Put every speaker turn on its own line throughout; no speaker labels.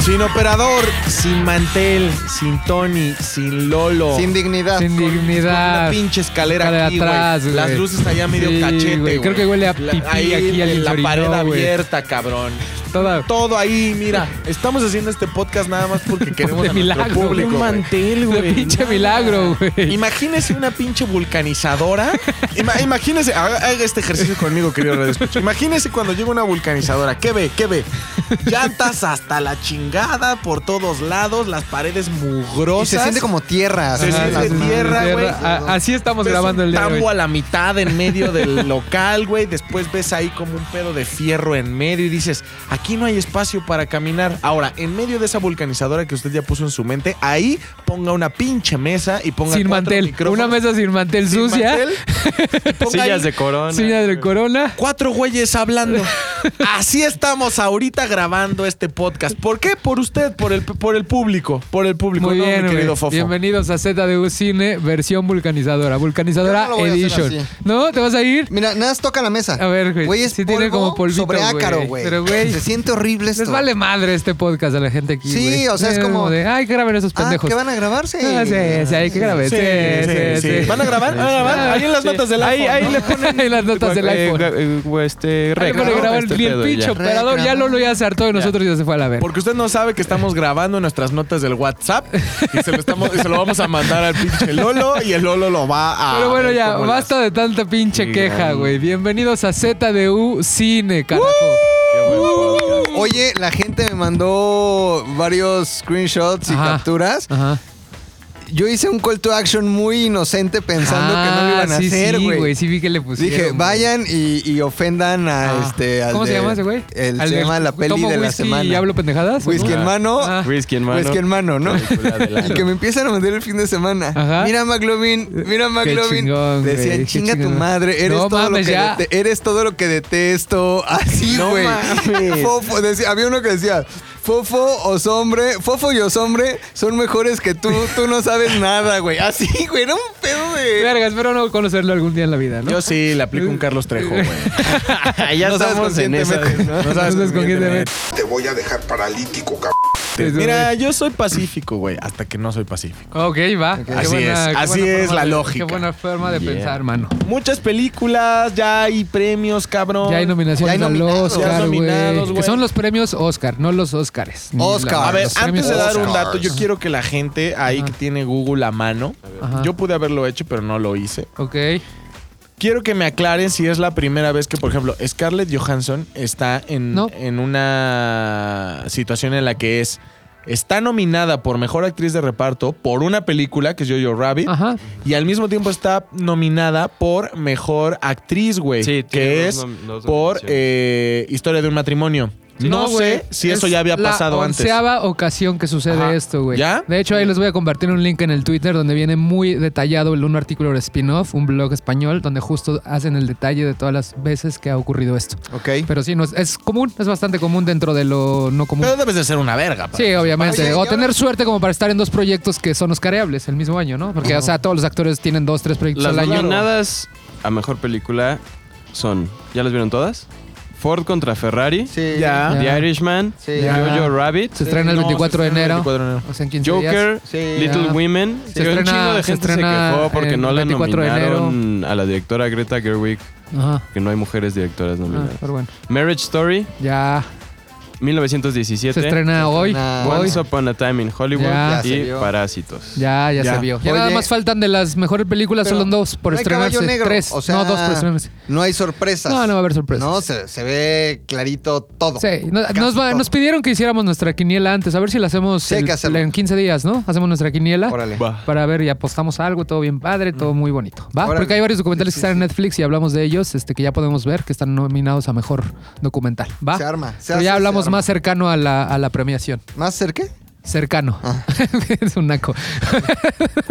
Sin operador, sin mantel, sin Tony, sin Lolo.
Sin dignidad.
Sin
Con-
dignidad.
con una pinche escalera
Escalera
aquí,
atrás,
güey.
güey.
Las luces allá medio
Sí,
cachete,
güey.
güey.
Creo que huele a
La-
pipí
ahí,
aquí,
eh,
alguien se
La
orinó,
pared
güey.
abierta, cabrón.
Toda.
Todo ahí, mira. Estamos haciendo este podcast nada más porque queremos
De
a nuestro
milagro,
público.
un
güey.
mantel, güey. De pinche milagro, güey.
Imagínese una pinche vulcanizadora. Ima- imagínese, haga haga este ejercicio conmigo, querido Radio Escucha. Imagínese cuando llega una vulcanizadora. ¿Qué ve? ¿Qué ve? Llantas hasta la chingada por todos lados, las paredes
Y
mugrosas.
se siente como tierra.
Se
así,
siente
las manos.
tierra,
Tierra,
güey.
a- Así estamos
Ves
grabando
un
el día de
tambo
hoy.
a la mitad en medio del local, güey. Después ves ahí como un pedo de fierro en medio y dices, aquí no hay espacio para caminar. Ahora, en medio de esa vulcanizadora que usted ya puso en su mente, ahí ponga una pinche mesa y ponga
Sin
cuatro
mantel.
micrófonos.
Una mesa sin mantel
Sin
sucia.
mantel. Y ponga ahí
Sillas de corona.
Silla de corona.
Cuatro güeyes hablando. Así estamos ahorita grabando este podcast. ¿Por qué? Por usted, por el, por el público. Por el público,
Muy
¿no, mi
bien, güey.
querido Fofo.
Bienvenidos a ZDU Cine, versión vulcanizadora.
Yo
Vulcanizadora
no lo voy a hacer
Edition.
así.
¿No? ¿Te vas a ir?
Mira, nada más toca la mesa.
A ver, güey,
es
sí tiene
polvo
como polvito,
sobre
güey.
ácaro, güey.
Pero, güey,
Se siente horrible esto.
Les vale madre este podcast a la gente aquí.
Sí,
güey.
o sea, es como-
de, ay, que graben esos
Ah,
pendejos.
¿que van a grabarse?
Ah, sí, sí, hay que grabar. Sí, sí, sí,
¿Van a grabar? ¿Van a grabar?
Ah,
Ahí en las
sí.
notas del
Ahí-
iPhone.
ahí
¿no?
le
en las notas del
Eh,
iPhone. Ah,
eh, eh, este,
Ahí
reclamo,
pone grabar
este
ni el
pedo y ya.
pinche operador. Ya Lolo ya se hartó de nosotros y ya se fue a la verga.
Porque usted no sabe que estamos grabando nuestras notas del WhatsApp y se lo, estamos, y se lo vamos a mandar al pinche Lolo y el Lolo lo va a.
Pero bueno,
ver
ya,
cómo
basta de tanta pinche
Sí,
queja,
ahí.
güey. Bienvenidos a ZDU Cine, carajo.
Qué buen podcast.
Oye, la gente me mandó varios screenshots y
Ajá.
capturas.
Ajá.
Yo hice un call to action muy inocente pensando que no lo iban
Ah,
a
sí,
hacer,
Sí,
güey.
güey, sí vi que le pusieron.
Dije,
güey.
vayan y, y ofendan a
Ah.
este. al
¿Cómo se
de-
llama ese güey?
el-
Al
se
del-
llama La Peli
¿Tomo
de la
whisky
Semana.
¿Y hablo pendejadas?
Whisky
¿no?
en mano.
Ah.
Whisky en mano.
Whisky en mano, ¿no?
Película del
Y
año.
que me empiezan a mandar el fin de semana.
Ajá.
Mira McLovin, mira McLovin.
chingón, güey,
Decían,
qué
chinga tu
chingón".
madre, eres,
No
todo lo
mames,
que
ya.
dete- eres todo lo que detesto. Así,
No
güey.
mames.
Fofo, decía- había uno que decía, Fofo o Sombre, Fofo y Osombre son mejores que tú, tú no sabes nada, güey. Así, güey, era un pedo de...
Verga, espero no conocerlo algún día en la vida, ¿no?
Yo sí le aplico un Carlos Trejo, güey.
ya
No sabes
estamos en esa.
conscientemente, ¿no?
No sabes
Entonces, ¿con quién te metes?
Te voy a dejar paralítico, cabrón.
Mira, yo soy pacífico, güey, hasta que no soy pacífico.
Ok, va. Qué
Así es,
qué
así
buena
es
forma
la
de-
lógica.
Qué buena forma de
Yeah.
pensar, mano.
Muchas películas, ya hay premios, cabrón.
Ya hay nominaciones
Ya hay
al
nominados.
Ya
Oscar,
hay nominados,
güey. Que
güey.
son los premios Oscar, no los Oscars. Ni
Oscar.
la-
A ver,
los
antes
premios
de dar
Oscar.
un dato, yo
Ajá.
quiero que la gente ahí
Ajá.
que tiene Google a mano,
Ajá.
yo pude haberlo hecho, pero no lo hice.
Ok.
Quiero que me aclaren si es la primera vez que, por ejemplo, Scarlett Johansson está en,
No.
en una situación en la que es. Está nominada por mejor actriz de reparto por una película que es Jojo Rabbit
Ajá.
y al mismo tiempo está nominada por mejor actriz, güey, que
Sí, tiene
es
dos nom- dos
por
nominaciones.
eh, Historia de un matrimonio. no
güey,
sé si eso ya había
es la
pasado antes.
onceava ocasión que sucede
Ajá.
esto, güey.
¿Ya?
De hecho, ahí les voy a compartir un link en el Twitter donde viene muy detallado el- un artículo de spin-off, un blog español, donde justo hacen el detalle de todas las veces que ha ocurrido esto.
Ok.
Pero sí, no es, es común, es bastante común dentro de lo no común.
Pero debes de ser una verga. pa.
Sí, obviamente.
Oye, y
o
ahora-
tener suerte como para estar en dos proyectos que son oscareables el mismo año, ¿no? Porque, o sea, todos los actores tienen dos, tres proyectos
Las
al año.
nominadas a mejor película son. ¿Ya las vieron todas? Ford contra Ferrari.
Sí.
Ya.
The Irishman.
Sí.
Ya.
Jojo Rabbit.
Se estrena el
No, se
24 de
estrena el
enero.
24 de enero.
O sea, en 15 días.
Joker.
Sí.
Little
Ya.
Women.
Se
que un
estrena-
chingo de
se
gente se
estrena
quejó porque
el
no la
24 de enero.
nominaron a la directora Greta Gerwig.
Ajá.
Que no hay mujeres directoras
Ah,
nominadas.
pero bueno,
Marriage Story.
ya
1917.
se estrena hoy.
estrena
hoy.
Once Upon a Time in Hollywood
Ya.
Ya se
y
vio.
Parásitos.
Ya, ya,
Ya.
se vio. Ya
Oye.
nada más faltan de las mejores películas,
Pero
solo dos por
no hay
estrenarse.
caballo negro,
Tres,
o sea,
no dos por estrenarse.
No hay sorpresas.
No, no va a haber sorpresas.
No, se, se ve clarito todo.
Sí, no-
Casi
nos, va-
todo.
nos pidieron que hiciéramos nuestra quiniela antes. A ver si la hacemos
Sí, hay
el-
que hacerlo.
en 15 días, ¿no? Hacemos nuestra quiniela.
Órale.
Va.
para ver y apostamos a algo, todo bien padre, todo muy bonito. ¿Va?
Órale.
Porque hay varios documentales
Sí,
que
sí,
están en Netflix y hablamos de ellos, este que ya podemos ver, que están nominados a mejor documental. ¿Va?
Se arma. se
Pero
hace,
ya
se
hablamos
arma.
más cercano a la, a la premiación.
¿Más cerca?
Cercano.
Ah.
es un naco.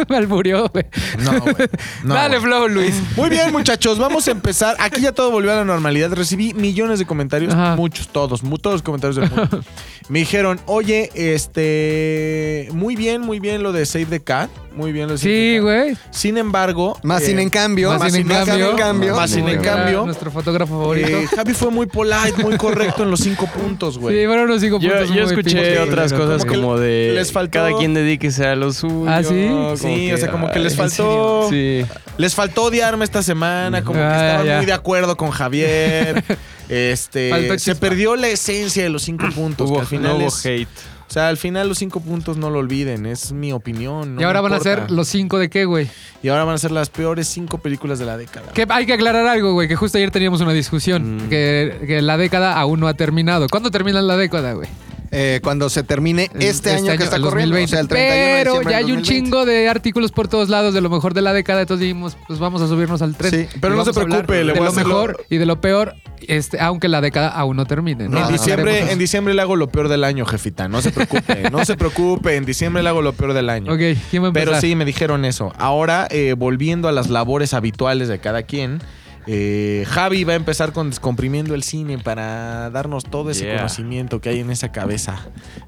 Me alburió, güey.
No, güey. No,
Dale,
güey.
flow, Luis.
Muy bien, muchachos, vamos a empezar. Aquí ya todo volvió a la normalidad. Recibí millones de comentarios,
Ajá.
muchos, todos, mu- todos los comentarios del mundo. Me dijeron, oye, este, muy bien, muy bien lo de Save the Cat. muy bien lo
Sí,
identificaron.
güey.
Sin embargo.
Más
eh,
sin en cambio.
más sin en
más
cambio.
Más sin en
Era
cambio.
Nuestro fotógrafo favorito.
eh, Javi fue muy polite, muy correcto en los cinco puntos, güey.
Sí, fueron los cinco
Yo,
puntos.
yo
muy
escuché
pinches,
otras
pero
cosas
como que
como de
les faltó-
cada quien dedíquese a lo suyo.
Ah, ¿sí?
como
Sí, o sea, como que
ay,
les
¿en
faltó-
serio? Sí.
Les faltó odiarme esta semana, como que
Ah,
estaban
ya.
muy de acuerdo con Javier.
Faltó
Este, se
chispa.
perdió la esencia de los cinco puntos. Pues que
Hubo,
al final
no hubo
es-
hate.
o sea, al final los cinco puntos no lo olviden, es mi opinión. no
y ahora
me
van a ser
importa.
los cinco de qué, güey.
Y ahora van a ser las peores cinco películas de la década.
Que hay que aclarar algo, güey, que justo ayer teníamos una discusión.
Mm.
Que, que la década aún no ha terminado. ¿Cuándo termina la década, güey?
Eh, cuando se termine
El-
este, año que está
el
corriendo.
2020.
o sea, el 31 de
Pero
diciembre
ya
del
hay un
2020.
chingo de artículos por todos lados de lo mejor de la década. Entonces dijimos, pues vamos a subirnos al tren.
Sí,
pero
Y
no se
vamos a hablar
preocupe, le
de
voy a
lo
hacer lo-
mejor y de lo peor, este, aunque la década aún no termine. ¿no?
en,
Hablaremos
diciembre,
eso.
en diciembre le hago lo peor del año, jefita. No se preocupe, no se preocupe. En diciembre le hago lo peor del año.
Ok, ¿quién va a empezar?
Pero sí, me dijeron eso. Ahora, eh, volviendo a las labores habituales de cada quien, eh, Javi va a empezar con Descomprimiendo el Cine para darnos todo ese
Yeah.
conocimiento que hay en esa cabeza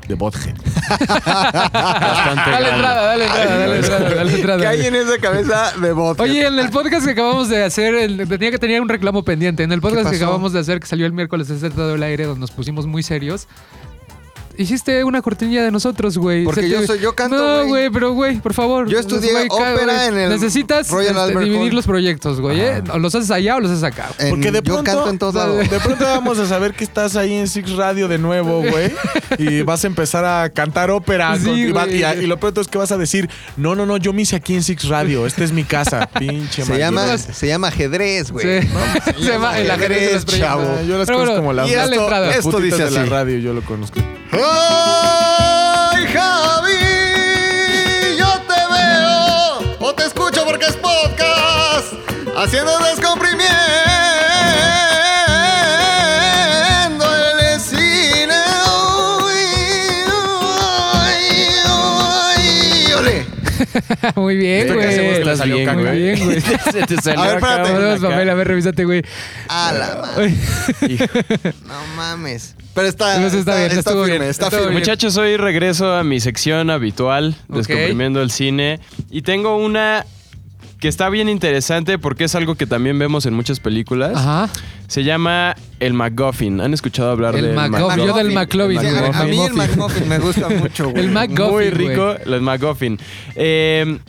de Bothead.
Bastante
Ah, Dale
grande.
entrada, dale entrada, dale entrada, dale entrada.
¿Qué hay en esa cabeza de bot?
Oye, en el podcast que acabamos de hacer, el- tenía que tener un reclamo pendiente. En el podcast que
pasó?
acabamos de hacer, que salió el miércoles de Z del Aire, donde nos pusimos muy serios, hiciste una cortinilla de nosotros, güey.
Porque
Se
yo soy- yo canto,
No,
güey.
güey, pero güey, por favor.
Yo estudié
Güey, ca-
ópera
güey.
en el
Necesitas
Royal
este,
Albert
dividir
Hall. Ah. Eh,
los proyectos, güey. ¿eh? O los haces allá o los haces acá. güey.
En-
Porque de pronto,
Yo canto en todos lados.
de pronto vamos a saber que estás ahí en Six Radio de nuevo, güey. Y vas a empezar a cantar ópera.
Sí,
con- y, va- y a-
güey.
y lo pronto es que vas a decir, no, no, no, yo me hice aquí en Six Radio. Esta es mi casa. Pinche
Se
maldito.
llama, se llama ajedrez, güey. pues,
Sí. Se va el ajedrez de los
ajedrez,
proyectos.
Chavo, yo las conozco
Pero bueno,
como las,
y dale entrada.
las
Esto
putitas
dice
de la
así.
radio, yo lo conozco.
¡Ay, Javi! Yo te veo o te escucho porque es podcast haciendo descomprimiendo el cine. Ay, ay, ay, ole.
Muy bien,
Esto que hacemos que
güey.
la salió
bien,
caca,
Muy bien, güey.
Se te salió
A ver,
acá,
espérate.
güey,
Vamos,
acá.
Pamela, a ver, revísate, güey.
A la madre,
Oye,
no mames. Pero está,
Pues está bien, estuvo
firme,
bien,
está
estuvo
firme.
bien.
Muchachos, hoy regreso a mi sección habitual,
Ok.
descomprimiendo el cine. Y tengo una que está bien interesante porque es algo que también vemos en muchas películas.
Ajá.
Se llama El McGuffin. ¿Han escuchado hablar
El
del
McGuffin.
McGuffin?
Ah,
Yo del McLovin,
Sí,
güey.
a, a mí el
McMuffin.
McMuffin me gusta mucho, güey.
El McGuffin.
Muy
güey.
rico, los McGuffin. Eh,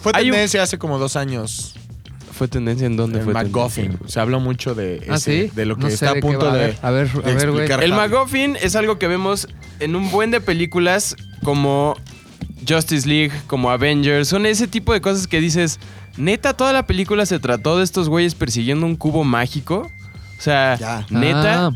Fue
Hay un-
tendencia hace como dos años.
¿Fue tendencia en dónde
El
fue?
McGuffin.
tendencia?
Se habló mucho de,
Ah,
ese-
sí.
de lo que
No sé
está
de
a
qué
punto
va. A
de.
ver, a ver,
de
a ver, güey.
explicar
El
Javi.
McGuffin es algo que vemos en un buen de películas como Justice League, como Avengers. Son ese tipo de cosas que dices, neta, toda la película se trató de estos güeyes persiguiendo un cubo mágico. O sea,
Ya.
neta.
Ah.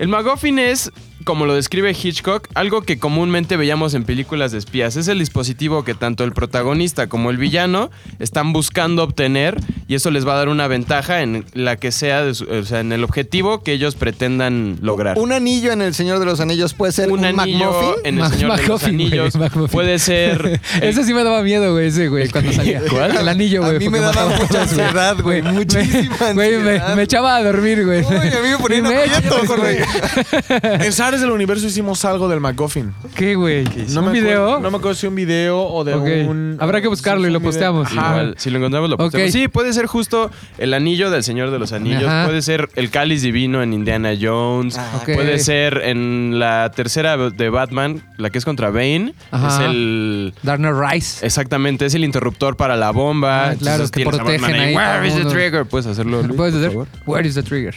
El McGuffin es, como lo describe Hitchcock, algo que comúnmente veíamos en películas de espías. Es el dispositivo que tanto el protagonista como el villano están buscando obtener y eso les va a dar una ventaja en la que sea, de su- o sea, en el objetivo que ellos pretendan lograr
Un anillo en El Señor de los Anillos puede ser un,
un anillo
McMuffin.
en el
Mac-
Señor de los
McGuffin, güey,
Anillos.
McGuffin.
Puede ser.
Ese sí me daba miedo, güey, ese, güey, cuando salía.
¿Cuál?
El anillo, güey.
A mí me
porque
daba
mataba
mucha
muchas, güey.
ansiedad, güey,
Me-
muchísima
Güey, me,
ansiedad.
me echaba a dormir, güey.
Uy, a mí me ponía
Y
inquieto,
echaba,
güey.
En Zares del Universo hicimos algo del McGuffin.
¿Qué, güey?
No
¿Un
me
video?
Acuerdo, no me acuerdo si un video o de
Ok.
un.
Habrá que buscarlo y lo
un video.
posteamos.
Ajá.
Igual, si lo encontramos, lo
Ok.
ponemos. Sí, puede ser justo el anillo del Señor de los Anillos.
Ajá.
Puede ser el cáliz divino en Indiana Jones.
Ah,
ok.
Puede ser en la tercera de Batman, la que es contra Bane.
Ajá.
Es el.
Darner Rice.
Exactamente, es el interruptor para la bomba.
Ah, claro,
Entonces
que
tienes a Batman
protegen ahí todo
Where is the
mundo".
trigger? Puedes hacerlo.
Eh,
Luis,
¿Puedes
por
hacer?
favor?
Where is the trigger?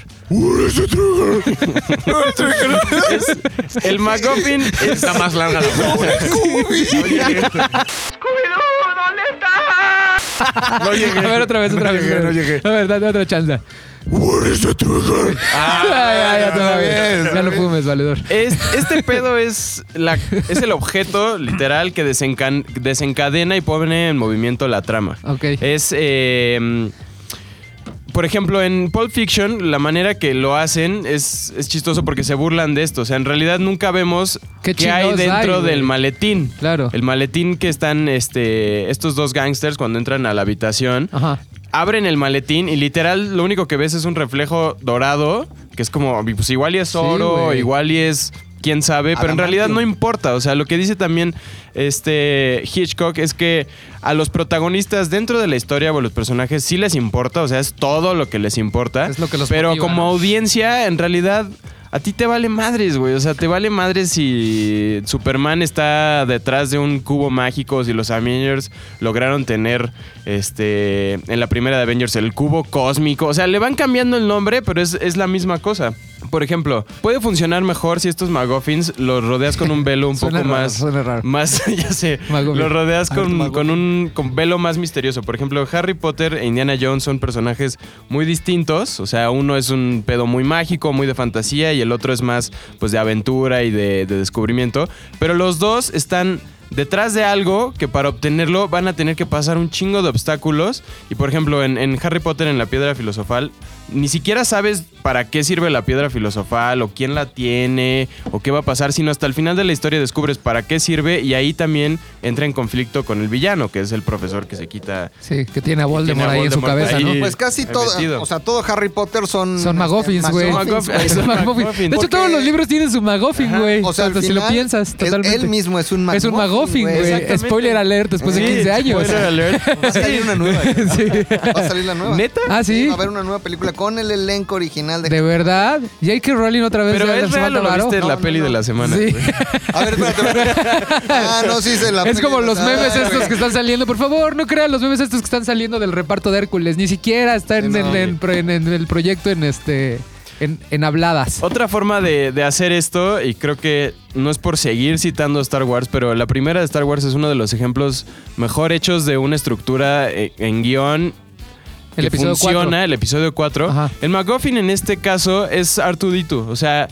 El McGuffin está más larga la
No llegué.
A ver, otra vez, otra
No
vez.
llegué,
otra
no
vez.
llegué.
A ver, date otra chance. Ah, ya, ya,
está
todavía.
bien, está
Ya lo
bien.
fumes, valedor.
Es- este pedo es, la, es el objeto literal que desencan- desencadena y pone en movimiento la trama.
Ok.
Es, eh, por ejemplo, en Pulp Fiction, la manera que lo hacen es, es chistoso porque se burlan de esto. O sea, en realidad nunca vemos
¿Qué
qué, hay
chingados
dentro
hay, güey?
del maletín.
Claro.
El maletín que están este, estos dos gangsters cuando entran a la habitación
Ajá.
abren el maletín y literal lo único que ves es un reflejo dorado, que es como, pues igual y es
Sí,
oro,
güey.
igual y es quién sabe, pero en
Adamantio.
realidad no importa. O sea, lo que dice también este Hitchcock es que a los protagonistas dentro de la historia o a los personajes sí les importa, o sea, es todo lo que les importa.
Es lo que los
Pero
motiva,
como
¿no?
audiencia, en realidad. A ti te vale madres, güey. O sea, te vale madres si Superman está detrás de un cubo mágico, si los Avengers lograron tener este en la primera de Avengers el cubo cósmico. O sea, le van cambiando el nombre, pero es, es la misma cosa. Por ejemplo, puede funcionar mejor si estos Magoffins los rodeas con un velo un poco
Suena raro,
más. Mm.
suena raro.
Más, ya sé.
Magoffin.
Los rodeas
Alto
con,
Magoffin.
con un con velo más misterioso. Por ejemplo, Harry Potter e Indiana Jones son personajes muy distintos. O sea, uno es un pedo muy mágico, muy de fantasía, y el otro es más pues de aventura y de, de descubrimiento. Pero los dos están detrás de algo que para obtenerlo van a tener que pasar un chingo de obstáculos. Y por ejemplo, en, en Harry Potter, en la piedra filosofal, ni siquiera sabes para qué sirve la piedra filosofal o quién la tiene o qué va a pasar, sino hasta el final de la historia descubres para qué sirve y ahí también entra en conflicto con el villano, que es el profesor que se quita.
Sí, que tiene a Voldemort ahí en su
Voldemort
cabeza,
ahí.
¿no?
Pues casi
El
todo,
vestido.
o sea, todo Harry Potter son...
Son Magoffins,
este,
güey.
Magoffins,
Magoffin.
Son Magoffin.
Magoffin.
De hecho,
Porque-
todos los libros tienen su Magoffin, güey.
O sea, al
Tanto si lo
final,
piensas,
él-
totalmente.
Él mismo es un Magoffin.
es un Magoffin, güey.
Exactamente.
Spoiler alert después de
Sí,
15 años.
spoiler alert.
Va a salir una nueva.
Sí.
Va a salir la nueva.
¿Neta?
Ah, sí.
Va a haber una nueva película con el elenco original de...
De verdad. J.K. Rowling otra vez.
Pero
ya
es
les
real,
falta
o lo
varo.
viste en la
No,
peli
no,
de
no.
la semana.
Sí.
güey?
A ver, espérate. espérate. Ah, no, sí, se la
Es como los
Ah,
memes
güey.
estos que están saliendo. Por favor, no crean los memes estos que están saliendo del reparto de Hércules. Ni siquiera está en,
Sí, no.
en- en- pro- en- en el proyecto en este. En, en habladas.
Otra forma de, de hacer esto, y creo que no es por seguir citando Star Wars, pero la primera de Star Wars es uno de los ejemplos mejor hechos de una estructura eh, en guión
El
que
episodio
funciona,
4.
el episodio 4.
Ajá.
El MacGuffin en este caso es Artudito. O sea,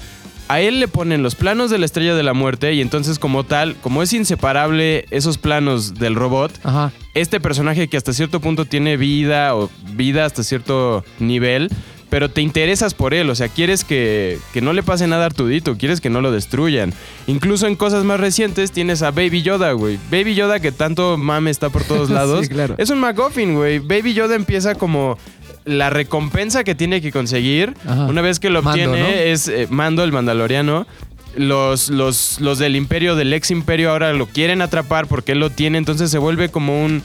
a él le ponen los planos de la estrella de la muerte y entonces como tal, como es inseparable esos planos del robot,
Ajá.
este personaje que hasta cierto punto tiene vida o vida hasta cierto nivel, pero te interesas por él, o sea, quieres que, que no le pase nada a Artudito, quieres que no lo destruyan. Incluso en cosas más recientes tienes a Baby Yoda, güey. Baby Yoda que tanto mame está por todos
Sí,
lados.
claro.
Es un MacGuffin, güey. Baby Yoda empieza como la recompensa que tiene que conseguir.
Ajá.
Una vez que lo
Mando,
obtiene
¿no?
es eh, Mando, el mandaloriano. Los, los, los del imperio, del ex imperio, ahora lo quieren atrapar porque él lo tiene. Entonces se vuelve como un,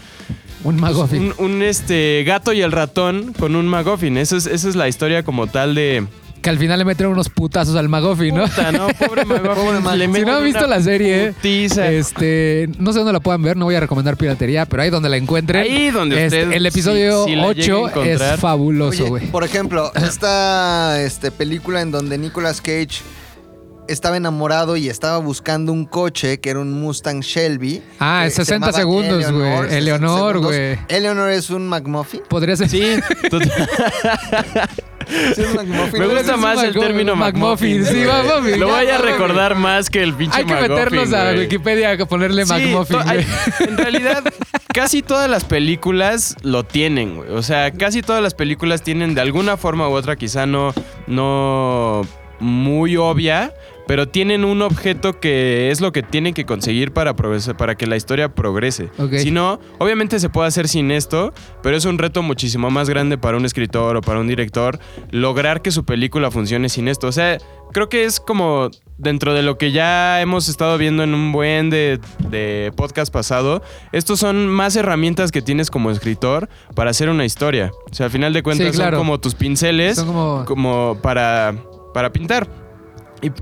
Un Magoffin.
un, un, este gato y el ratón con un McGuffin. Esa es, esa es la historia como tal de.
Que al final le metieron unos putazos al Magoffin, ¿no?
Puta, no, pobre
Pobre
McGuffin.
Mac.
le
Si
meten
no han
una
visto la serie, ¿eh?
putiza.
Este, no sé dónde la puedan ver, no voy a recomendar piratería, pero ahí donde la encuentren.
Ahí donde
este,
usted-
El episodio
si- si la llega a
8 es
encontrar.
fabuloso,
Oye,
güey.
Por ejemplo, esta este, película en donde Nicolas Cage estaba enamorado y estaba buscando un coche que era un Mustang Shelby.
Ah,
que se
60
llamaba
segundos, güey.
60
Eleonor,
segundos.
güey.
Eleonor es un McMuffin.
Podría ser.
Sí, total-
Sí, es un McMuffin.
me gusta
un
más el
McGuffin,
término
un
McMuffin.
McMuffin, sí,
güey.
McMuffin,
Lo
ya,
voy a
McMuffin.
recordar más que el pinche
Hay que
McGuffin,
meternos a
güey.
Wikipedia a ponerle
Sí,
McMuffin,
to-
güey.
hay- En realidad, casi todas las películas lo tienen, güey. O sea, casi todas las películas tienen de alguna forma u otra, quizá no, no muy obvia, pero tienen un objeto que es lo que tienen que conseguir para, progresar- para que la historia progrese.
Ok.
Si no, obviamente se puede hacer sin esto, pero es un reto muchísimo más grande para un escritor o para un director lograr que su película funcione sin esto. O sea, creo que es como dentro de lo que ya hemos estado viendo en un buen de, de podcast pasado, estos son más herramientas que tienes como escritor para hacer una historia. O sea, al final de cuentas
claro.
son como tus pinceles
Son como-
para, para pintar.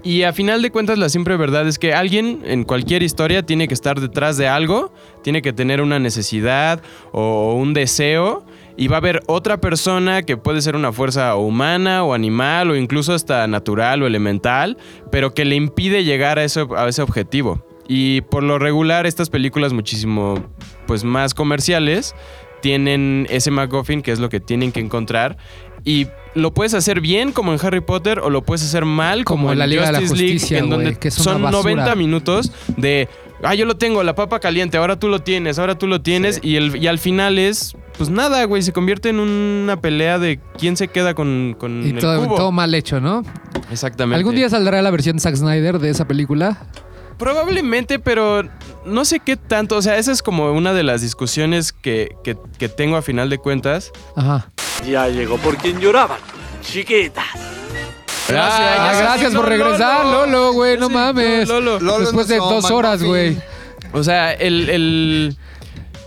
Y, y a final de cuentas la simple verdad es que alguien en cualquier historia tiene que estar detrás de algo, tiene que tener una necesidad o un deseo y va a haber otra persona que puede ser una fuerza o humana o animal o incluso hasta natural o elemental, pero que le impide llegar a, eso, a ese objetivo. Y por lo regular estas películas muchísimo pues más comerciales tienen ese MacGuffin que es lo que tienen que encontrar y lo puedes hacer bien como en Harry Potter o lo puedes hacer mal como,
Como
en
la Liga de la
Justice League
Justicia,
en
güey,
donde
que es una
son
basura.
90 minutos de ah yo lo tengo la papa caliente ahora tú lo tienes ahora tú lo tienes y el y al final es pues nada güey se convierte en una pelea de quién se queda con, con
Y
el
todo,
cubo
todo mal hecho, ¿no?
exactamente
¿Algún día saldrá la versión Zack Snyder de esa película?
Probablemente, pero no sé qué tanto. O sea, esa es como una de las discusiones que, que- que tengo a final de cuentas.
Ajá.
Ya llegó por quien lloraban, chiquitas.
Gracias.
Ah,
ya se
gracias
asignó
por regresar, Lolo, güey,
Ya
no
se
mames.
asignó Lolo.
Lolo
Después
es
de
nuestro
dos horas, güey.
McMuffin.
O sea, el, el-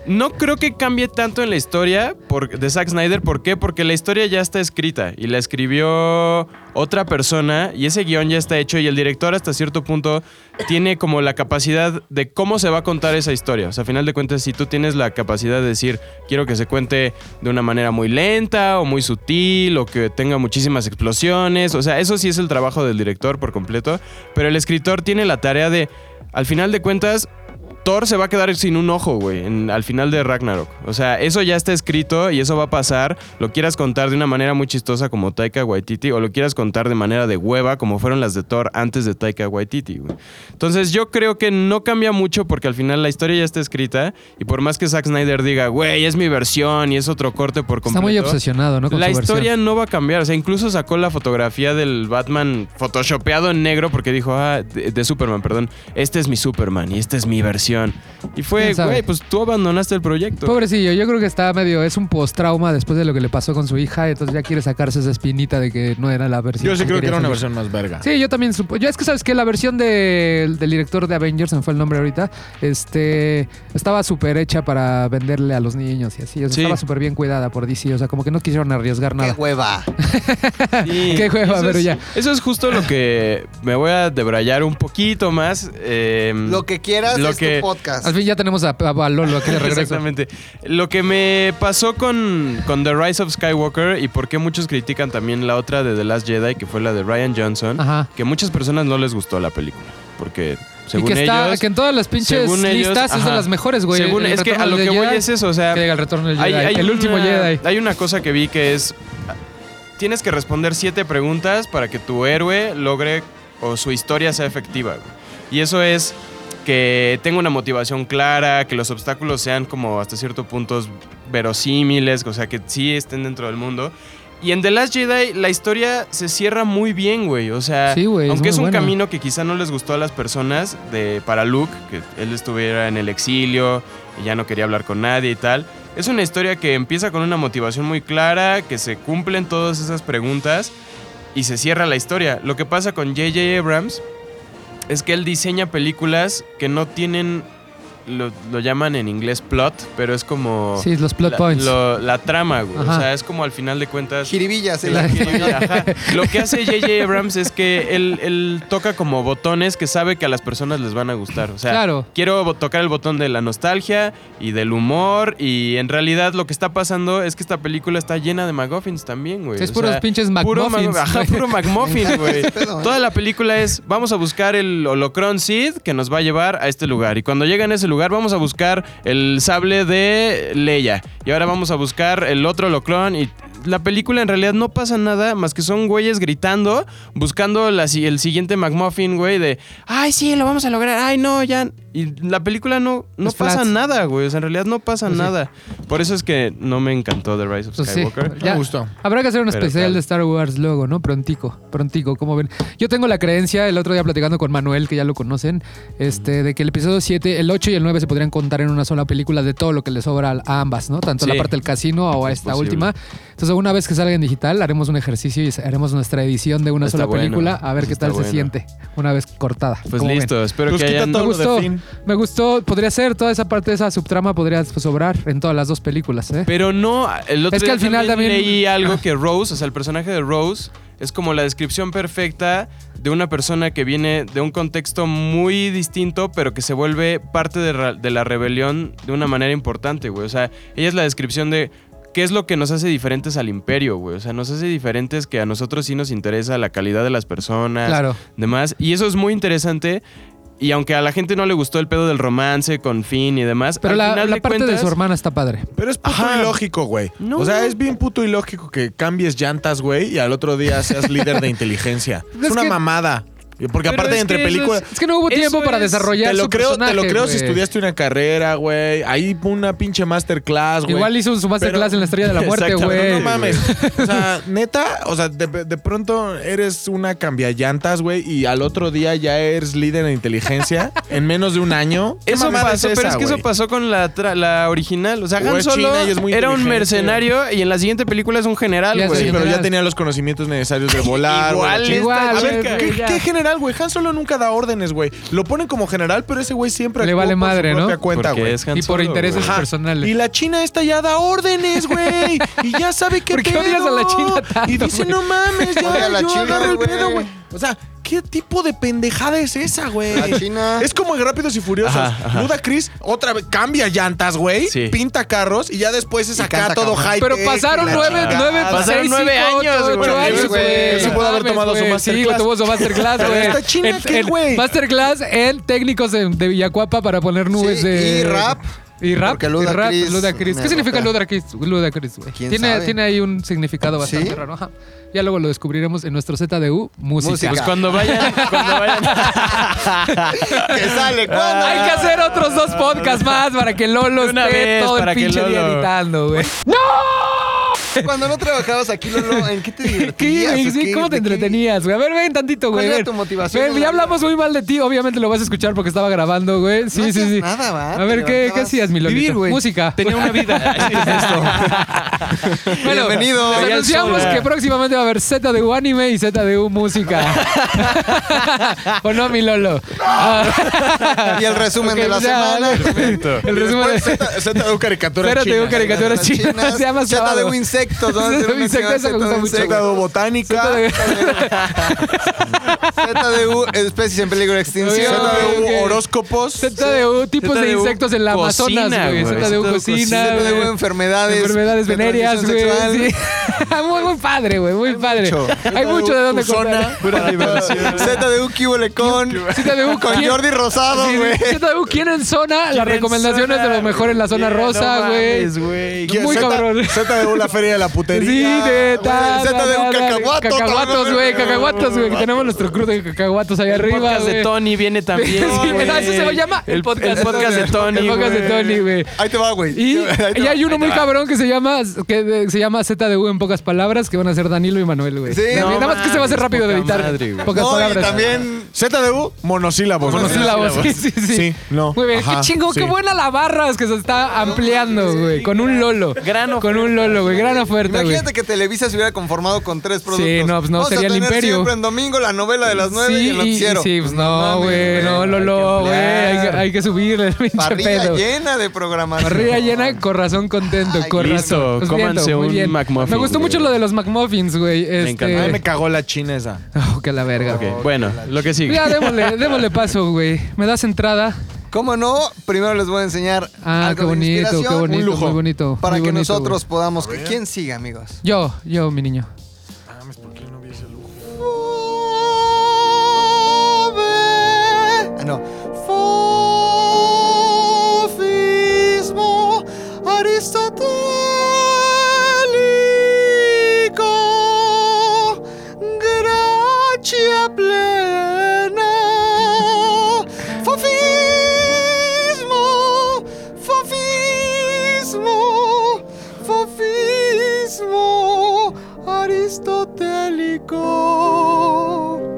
No creo que cambie tanto en la historia por- de Zack Snyder. ¿Por qué? Porque la historia ya está escrita y la escribió otra persona y ese guión ya está hecho y el director hasta cierto punto tiene como la capacidad de cómo se va a contar esa historia. O sea, a final de cuentas, si tú tienes la capacidad de decir, quiero que se cuente de una manera muy lenta o muy sutil o que tenga muchísimas explosiones. O sea, eso sí es el trabajo del director por completo. Pero el escritor tiene la tarea de, al final de cuentas, Thor se va a quedar sin un ojo, güey, en- al final de Ragnarok. O sea, eso ya está escrito y eso va a pasar. Lo quieras contar de una manera muy chistosa como Taika Waititi o lo quieras contar de manera de hueva como fueron las de Thor antes de Taika Waititi, güey. Entonces yo creo que no cambia mucho porque al final la historia ya está escrita y por más que Zack Snyder diga, güey, es mi versión y es otro corte por completo.
Está muy obsesionado, ¿no? Con
La
su versión.
historia no va a cambiar. O sea, incluso sacó la fotografía del Batman photoshopeado en negro porque dijo, ah, de, de Superman, perdón. Este es mi Superman y esta es mi versión. Y fue,
¿Quién sabe?
güey, pues tú abandonaste el proyecto.
Pobrecillo, yo creo que está medio, es un post-trauma después de lo que le pasó con su hija, entonces ya quiere sacarse esa espinita de que no era la versión.
Yo sí creo que era
quería
una versión
salir.
más verga.
Sí, yo también supo. Yo es que sabes que la versión de- del director de Avengers, se me fue el nombre ahorita, este estaba súper hecha para venderle a los niños y así. o sea,
Sí.
Estaba súper bien cuidada por DC, o sea, como que no quisieron arriesgar
¡Qué
nada.
hueva!
Sí.
Pues, Qué hueva,
Eso
pero
es-
ya.
Eso es justo lo que me voy a debrayar un poquito más. eh,
Lo que quieras
Lo
es
que-
tu podcast.
Al fin ya tenemos a, a- a Lolo aquí de regreso.
Exactamente. Lo que me pasó con, con The Rise of Skywalker y por qué muchos critican también la otra de The Last Jedi, que fue la de Ryan Johnson,
Ajá.
que muchas personas no les gustó la película. Porque
Y
según
que, está,
ellos.
que en todas las pinches
según
listas
ellos,
es de
ajá.
las mejores, güey.
Según-
El
es que a
retorno
lo
del
que voy
Jedi,
es eso, o sea.
que llega el retorno del Jedi.
hay- hay
el
una-
último Jedi.
Hay una cosa que vi que es. Tienes que responder siete preguntas para que tu héroe logre o su historia sea efectiva. güey. Y eso es que tenga una motivación clara, que los obstáculos sean como hasta cierto punto verosímiles, o sea, que sí estén dentro del mundo. Y en The Last Jedi la historia se cierra muy bien, güey. O sea,
Sí, güey, es muy
aunque es, un
buena.
camino que quizá no les gustó a las personas de para Luke, que él estuviera en el exilio y ya no quería hablar con nadie y tal. Es una historia que empieza con una motivación muy clara, que se cumplen todas esas preguntas y se cierra la historia. Lo que pasa con J.J. Abrams es que él diseña películas que no tienen, lo, lo llaman en inglés plot, pero es como
Sí, los plot
la,
points.
lo- la trama, güey.
Ajá.
O sea, es como al final de cuentas...
Jiribillas,
Sí,
¿eh?
la jiribilla, ajá. Lo que hace J.J. Abrams es que él, él toca como botones que sabe que a las personas les van a gustar. O sea,
Claro.
quiero bo- tocar el botón de la nostalgia y del humor. Y en realidad lo que está pasando es que esta película está llena de McGuffins también, güey.
Sí, es
O
puros
sea,
pinches
Puro,
McMuffins, Este,
Mag- ajá,
güey.
puro McMuffin, güey.
pedo, ¿eh?
Toda la película es, vamos a buscar el Holocron Seed que nos va a llevar a este lugar. Y cuando llegan a ese lugar, vamos a buscar el sable de Leia. Y ahora vamos a buscar el otro Holocron. Y la película en realidad no pasa nada más que son güeyes gritando, buscando la si- el siguiente McMuffin, güey, de, ay, sí, lo vamos a lograr, ay, no, ya. Y la película no, no
Es
pasa
flat.
nada, güey. O sea, en realidad no pasa
Pues sí.
nada. Por eso es que no me encantó The Rise of
Pues sí.
Skywalker.
Me gustó.
Habrá que hacer un
Pero
especial
tal.
de Star Wars luego, ¿no? Prontico, prontico, como ven. Yo tengo la creencia, el otro día platicando con Manuel, que ya lo conocen, este, de que el episodio 7, el 8 y el 9 se podrían contar en una sola película de todo lo que le sobra a ambas, ¿no? Tanto
Sí.
la parte del casino o a
Es
esta
posible.
última. Entonces, una vez que salga en digital, haremos un ejercicio y haremos nuestra edición de una
Está
sola
bueno,
película, a ver
eso
qué
está
tal se
bueno.
siente una vez cortada.
Pues
¿Cómo ven?
listo, espero
Pues
que
quita
hayan...
todo
Me
lo de
gustó.
Finn.
Me gustó, podría ser, toda esa parte, esa subtrama podría pues, sobrar en todas las dos películas, ¿eh?
Pero no, el otro
Es que
día
al final también- Ah.
leí algo que Rose, o sea, el personaje de Rose, es como la descripción perfecta de una persona que viene de un contexto muy distinto, pero que se vuelve parte de, ra- de la rebelión de una manera importante, güey. O sea, ella es la descripción de qué es lo que nos hace diferentes al imperio, güey. O sea, nos hace diferentes que a nosotros sí nos interesa la calidad de las personas,
Claro.
demás. Y eso es muy interesante. Y aunque a la gente no le gustó el pedo del romance con Finn y demás,
Pero
al
la,
final
la
de
parte de
cuentas-
su hermana está padre.
Pero es puto
Ajá.
ilógico, güey.
No.
O sea, es bien puto ilógico que cambies llantas, güey, y al otro día seas líder de inteligencia. Es,
Es
una
que-
mamada. Porque
Pero
aparte
es
entre
que eso
películas...
Es que no hubo
Eso
tiempo para
es-
desarrollar
Te lo
su
creo,
personaje,
te lo creo si
güey.
estudiaste una carrera, güey. Ahí una pinche masterclass, güey.
Igual hizo su masterclass en la Estrella de la Muerte,
Exacto,
güey.
No mames. O sea, neta, o sea, de, de pronto eres una cambiallantas, güey, y al otro día ya eres líder en inteligencia en menos de un año. ¿Qué
Eso
mamada
pasó, pero
esa,
es que eso
güey?
pasó con la, tra- la original. O sea,
O
Han
es
Solo
China y es muy
era un
inteligente.
mercenario y en la siguiente película es un
Ya
general,
sé,
Sí,
güey.
general.
pero ya tenía los conocimientos necesarios de volar, güey, la
Igual,
chingada.
igual,
A ver,
güey,
¿qué,
ya.
qué general, güey? Han Solo nunca da órdenes, güey. Lo ponen como general, pero ese güey siempre
Le
actuó
vale
por
madre,
su
¿no?
propia cuenta,
Porque
güey.
es Han
Y por
Solo,
intereses
güey.
Ajá.
personales.
Y la China esta ya da órdenes, güey. Y ya sabe qué
¿Por qué
pedo.
odias a la China tanto,
Y dice,
güey?
no mames,
Odia
ya
a la
yo
China,
agarro el
güey.
pedo, güey. O sea, ¿qué tipo de pendejada es esa, güey?
La China.
Es como en Rápidos y Furiosos.
Ajá, ajá.
Luda Chris otra vez cambia llantas, güey.
Sí.
Pinta carros y ya después es acá
canta
todo
cabrón.
high
Pero pasaron nueve, nueve,
Pasaron
seis,
nueve
cinco,
años,
ocho,
güey.
ocho años,
güey.
güey.
Eso pudo haber
Mames,
tomado su
güey. Sí,
masterclass.
güey, tuvo su masterclass,
Pero
güey.
esta china,
En-
¿qué,
en-
güey?
Masterclass en técnicos de, de Villacuapa para poner nubes
Sí,
de...
y rap.
Y rap,
Porque Luda
y rap,
Chris
Luda Chris.
me
¿Qué significa
rota.
Luda Chris? Luda Chris, güey.
¿Quién
Tiene,
sabe?
tiene ahí un significado bastante
¿Sí?
raro. ajá. Ya luego lo descubriremos en nuestro ZDU Música.
Música.
Pues cuando vayan, cuando vayan.
Que sale cuando.
Hay que hacer otros dos podcasts más para que Lolo
De una
esté
vez,
todo el
para que
pinche día
Lolo-
editando, güey.
Ah.
Cuando no trabajabas aquí, Lolo, ¿en qué te
¿Qué,
divertías?
güey?
o
Sí,
qué?
¿Cómo te
¿De qué?
entretenías, güey? A ver, ven tantito, güey.
¿Cuál era
ven.
tu motivación
Ven,
en
ya
la
hablamos muy mal de ti. Obviamente lo vas a escuchar porque estaba grabando, güey. Sí,
No
sí,
hacías
sí.
nada, ¿va?
A ver,
Te
¿qué, ¿qué
levantabas.
hacías, mi Lolito?
Vivir, güey.
Música.
Tenía una vida.
Bueno,
Bienvenido.
les
Veía el
anunciamos
sol,
que
güey.
próximamente va a haber ZDU anime y ZDU música. ¿O no, mi Lolo? Ah.
Y el resumen
Ok,
de la
pues ya,
semana.
El resumen de...
ZDU caricatura
Espérate,
china.
un caricatura
Las
china. Se llama
Zeta
sábado.
de un insecto. ¿no?
Zeta de
Hacer
un
una
insecto,
actividad
eso me gusta mucho,
Zeta de
ZDU
un
botánica.
ZDU.
ZDU, especies en peligro de extinción.
Oigan,
ZDU
ok, ok.
horóscopos.
ZDU, tipos de
ZDU
insectos en la
cocina,
Amazonas, güey.
güey.
ZDU
ZDU
cocina,
cocina,
ZDU
güey.
enfermedades.
Enfermedades
de
venéreas, güey.
transmisión sexual.
sí. muy, muy padre, güey. Muy padre.
mucho.
Hay mucho de dónde cortar.
Pura diversión.
ZDU Kibole con.
ZDU,
Con
¿quién?
Jordi Rosado,
Sí,
güey.
sí. ZDU, ¿quién en zona? Las recomendaciones de lo mejor en la zona rosa, güey.
¿Qué?
Muy
Z-
cabrón.
ZDU la feria de la
Sí,
putería.
de ta,
Zeta
ta,
de
ta,
un
ta,
cacahuato,
Cacahuatos,
cabrón.
güey, cacahuatos, güey. Que tenemos nuestro crudo de cacahuatos ahí
El
arriba,
podcast de
güey.
Tony viene también.
Sí,
güey.
¿verdad? Ese se llama el podcast,
el podcast de Tony.
El podcast de
güey.
Tony, güey.
Ahí te va, güey.
Y,
Ahí te
y
va.
hay uno muy cabrón que se llama que de- se llama ZDU en pocas palabras, que van a ser Danilo y Manuel, güey.
Sí.
También,
No
nada más que se va a hacer
mames,
rápido de
poca
editar.
madre, güey.
pocas
No, y
palabras.
también.
ZDU monosílabos.
Conocí la voz. Sí, sí, sí.
Sí, no.
Muy bien.
Ajá,
qué chingo,
sí.
qué buena la barra es que se está ampliando, güey. Con un lolo.
Gran
Con un lolo, güey. Gran oferta, güey.
Imagínate que Televisa se hubiera conformado con tres productos.
no, pues no,
Vamos a
sería el
tener
imperio.
Siempre en domingo la novela de las nueve y el noticiero.
sí, pues no, güey. No, lolo, güey. Hay, que- hay que subirle el pinche
Parrilla
pedo.
llena de programación.
Barriga llena, corazón contento,
Ay,
corazón.
listo,
Pues
cómanse
muy
un McMuffin,
Me gustó
güey.
mucho lo de los McMuffins, güey. Este...
encanta.
Ay, me cagó la china esa.
Oh, que la verga. Pues
Ok, bueno, lo que sigue.
Ya, démosle, démosle paso, güey. ¿Me das entrada?
¿Cómo no? Primero les voy a enseñar
Ah,
algo
qué
de
bonito, qué
inspiración, un
bonito,
lujo,
muy bonito.
Para
muy
que
bonito,
nosotros
güey.
podamos... ¿Quién sigue, amigos?
Yo, yo, mi niño.
Ah, no. Fofismo aristotélico. Gracia plena. Fofismo. Fofismo. Fofismo aristotélico.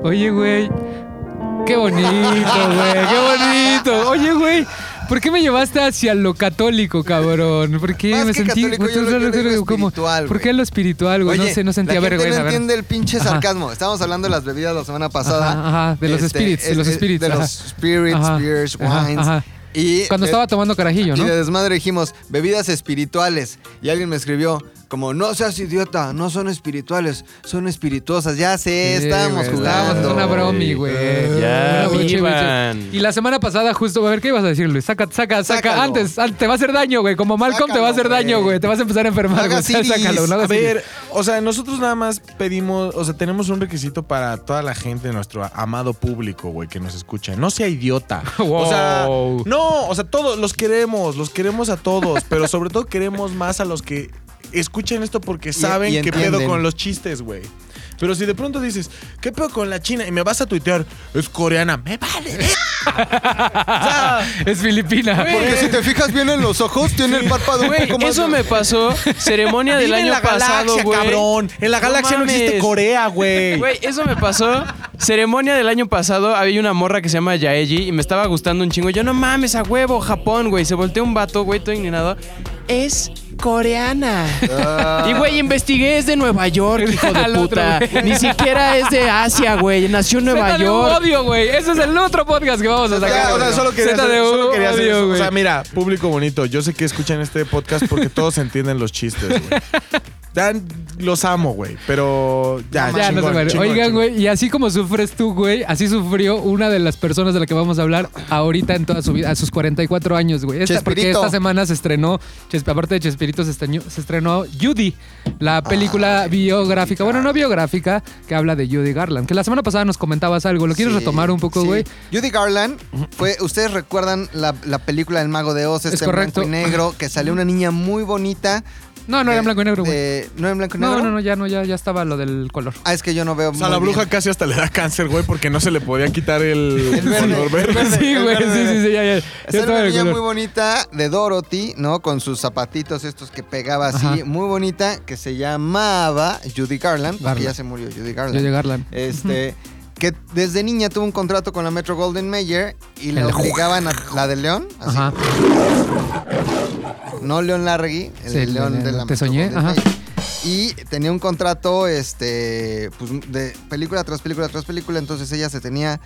Oye, güey. Qué bonito, güey. Qué bonito. Oye, güey. ¿Por qué me llevaste hacia lo católico, cabrón? ¿Por qué
Más
me
que
sentí
católico, yo lo- yo le digo
¿Cómo?
espiritual,
¿Por
güey.
qué lo espiritual, güey? No
Oye,
sé, no sentía
la gente
vergüenza. a
No
ver.
entiende el pinche
Ajá.
sarcasmo. Estábamos hablando de las bebidas la semana pasada. Este,
Ajá, ajá, de los spirits, de los spirits,
De
ajá.
los spirits,
Ajá,
beers,
ajá,
wines.
ajá.
Y
Cuando
de-
estaba tomando carajillo,
eh, Y
¿no?
de desmadre dijimos, bebidas espirituales. Y alguien me escribió, como, no seas idiota, no son espirituales, son espirituosas. Ya sé,
Sí,
estábamos
güey,
jugando.
Estábamos en una bromi,
Eh,
güey.
Ya,
Una broche,
vivan.
güey. Y la semana pasada, justo, a ver, ¿qué ibas a decir, Luis? Saca, saca, saca.
Sácalo.
Antes, antes, te va a hacer daño, güey. Como Malcolm te va a hacer
Sácalo,
daño,
güey.
güey. Te vas a empezar a enfermar,
No
güey.
hagas iris.
Sácalo, no
A
hagas iris.
ver, o sea, nosotros nada más pedimos, o sea, tenemos un requisito para toda la gente, nuestro amado público, güey, que nos escucha. No sea idiota. O sea,
Wow.
no, o sea, todos los queremos, los queremos a todos, pero sobre todo queremos más a los que escuchen esto porque saben
y
que pedo
entienden.
con los chistes, güey. Pero si de pronto dices, ¿qué pedo con la China? Y me vas a tuitear, es coreana, me vale. O sea,
Es Filipina.
Porque si te fijas bien en los ojos, tiene el párpado un
Güey,
poco más.
eso me pasó. Ceremonia del
vive
año
en la
pasado,
galaxia,
güey.
cabrón. En la galaxia no, existe
mames.
Corea, güey.
Güey, eso me pasó. Ceremonia del año pasado, había una morra que se llama Yaeji y me estaba gustando un chingo. Yo no mames, a huevo, Japón, güey. Se volteó un vato, güey, todo indignado. Es coreana.
Ah.
Y, güey, investigué, es de Nueva York, hijo de
Al otro,
puta.
güey.
Ni siquiera es de Asia, güey. Nació en Nueva
ZDU
York.
odio, güey. Ese es el otro podcast que vamos a sacar.
Ya,
o sea,
güey.
solo quería, hacer-
ZDU
solo quería hacer
odio,
eso. O
güey.
sea, mira, público bonito, yo sé que escuchan este podcast porque todos entienden los chistes, güey. Dan- Los amo, güey, pero ya,
Ah,
Ya, no
chingón,
se muere.
chingón,
Oigan,
chingón.
güey, y así como sufres tú, güey, así sufrió una de las personas de la que vamos a hablar ahorita en toda su vida, a sus 44 años, güey. Esta- porque
Chespirito.
esta semana se estrenó, Chesp- aparte de Chespirito, se estrenó, se estrenó Judy, la
Ah,
película biográfica, bueno, no biográfica, que habla de Judy Garland. Que la semana pasada nos comentabas algo, ¿lo quieres
Sí,
retomar un poco,
sí.
güey?
Judy Garland fue. Ustedes recuerdan la, la película del Mago de Oz,
Es
este en blanco
correcto. Ah,
y negro, que salió una niña muy bonita.
No, no era en blanco y negro, güey.
de- ¿No era en blanco y negro?
No, no, no, ya no, ya, ya estaba lo del color.
Ah, es que yo no veo.
O sea, la bruja casi hasta le da cáncer, güey, porque no se le podía quitar el,
El verde,
color verde.
el verde.
Sí, güey,
verde,
sí, sí, sí, ya, ya. ya
Es
estaba
una
de
niña
color.
muy bonita de Dorothy, ¿no? Con sus zapatitos estos que pegaba así,
Ajá.
muy bonita, que se llamaba Judy Garland, porque
Garland.
ya se murió Judy Garland.
Judy Garland.
Este, que desde niña tuvo un contrato con la Metro Golden Mayer y la
El-
obligaban a la de León, así,
Ajá.
no León Largui, el
Sí,
de León
el-
de la
Te
Metro
soñé,
Golden
ajá.
Mayer. Y tenía un contrato este pues, de película tras película tras película, entonces ella se tenía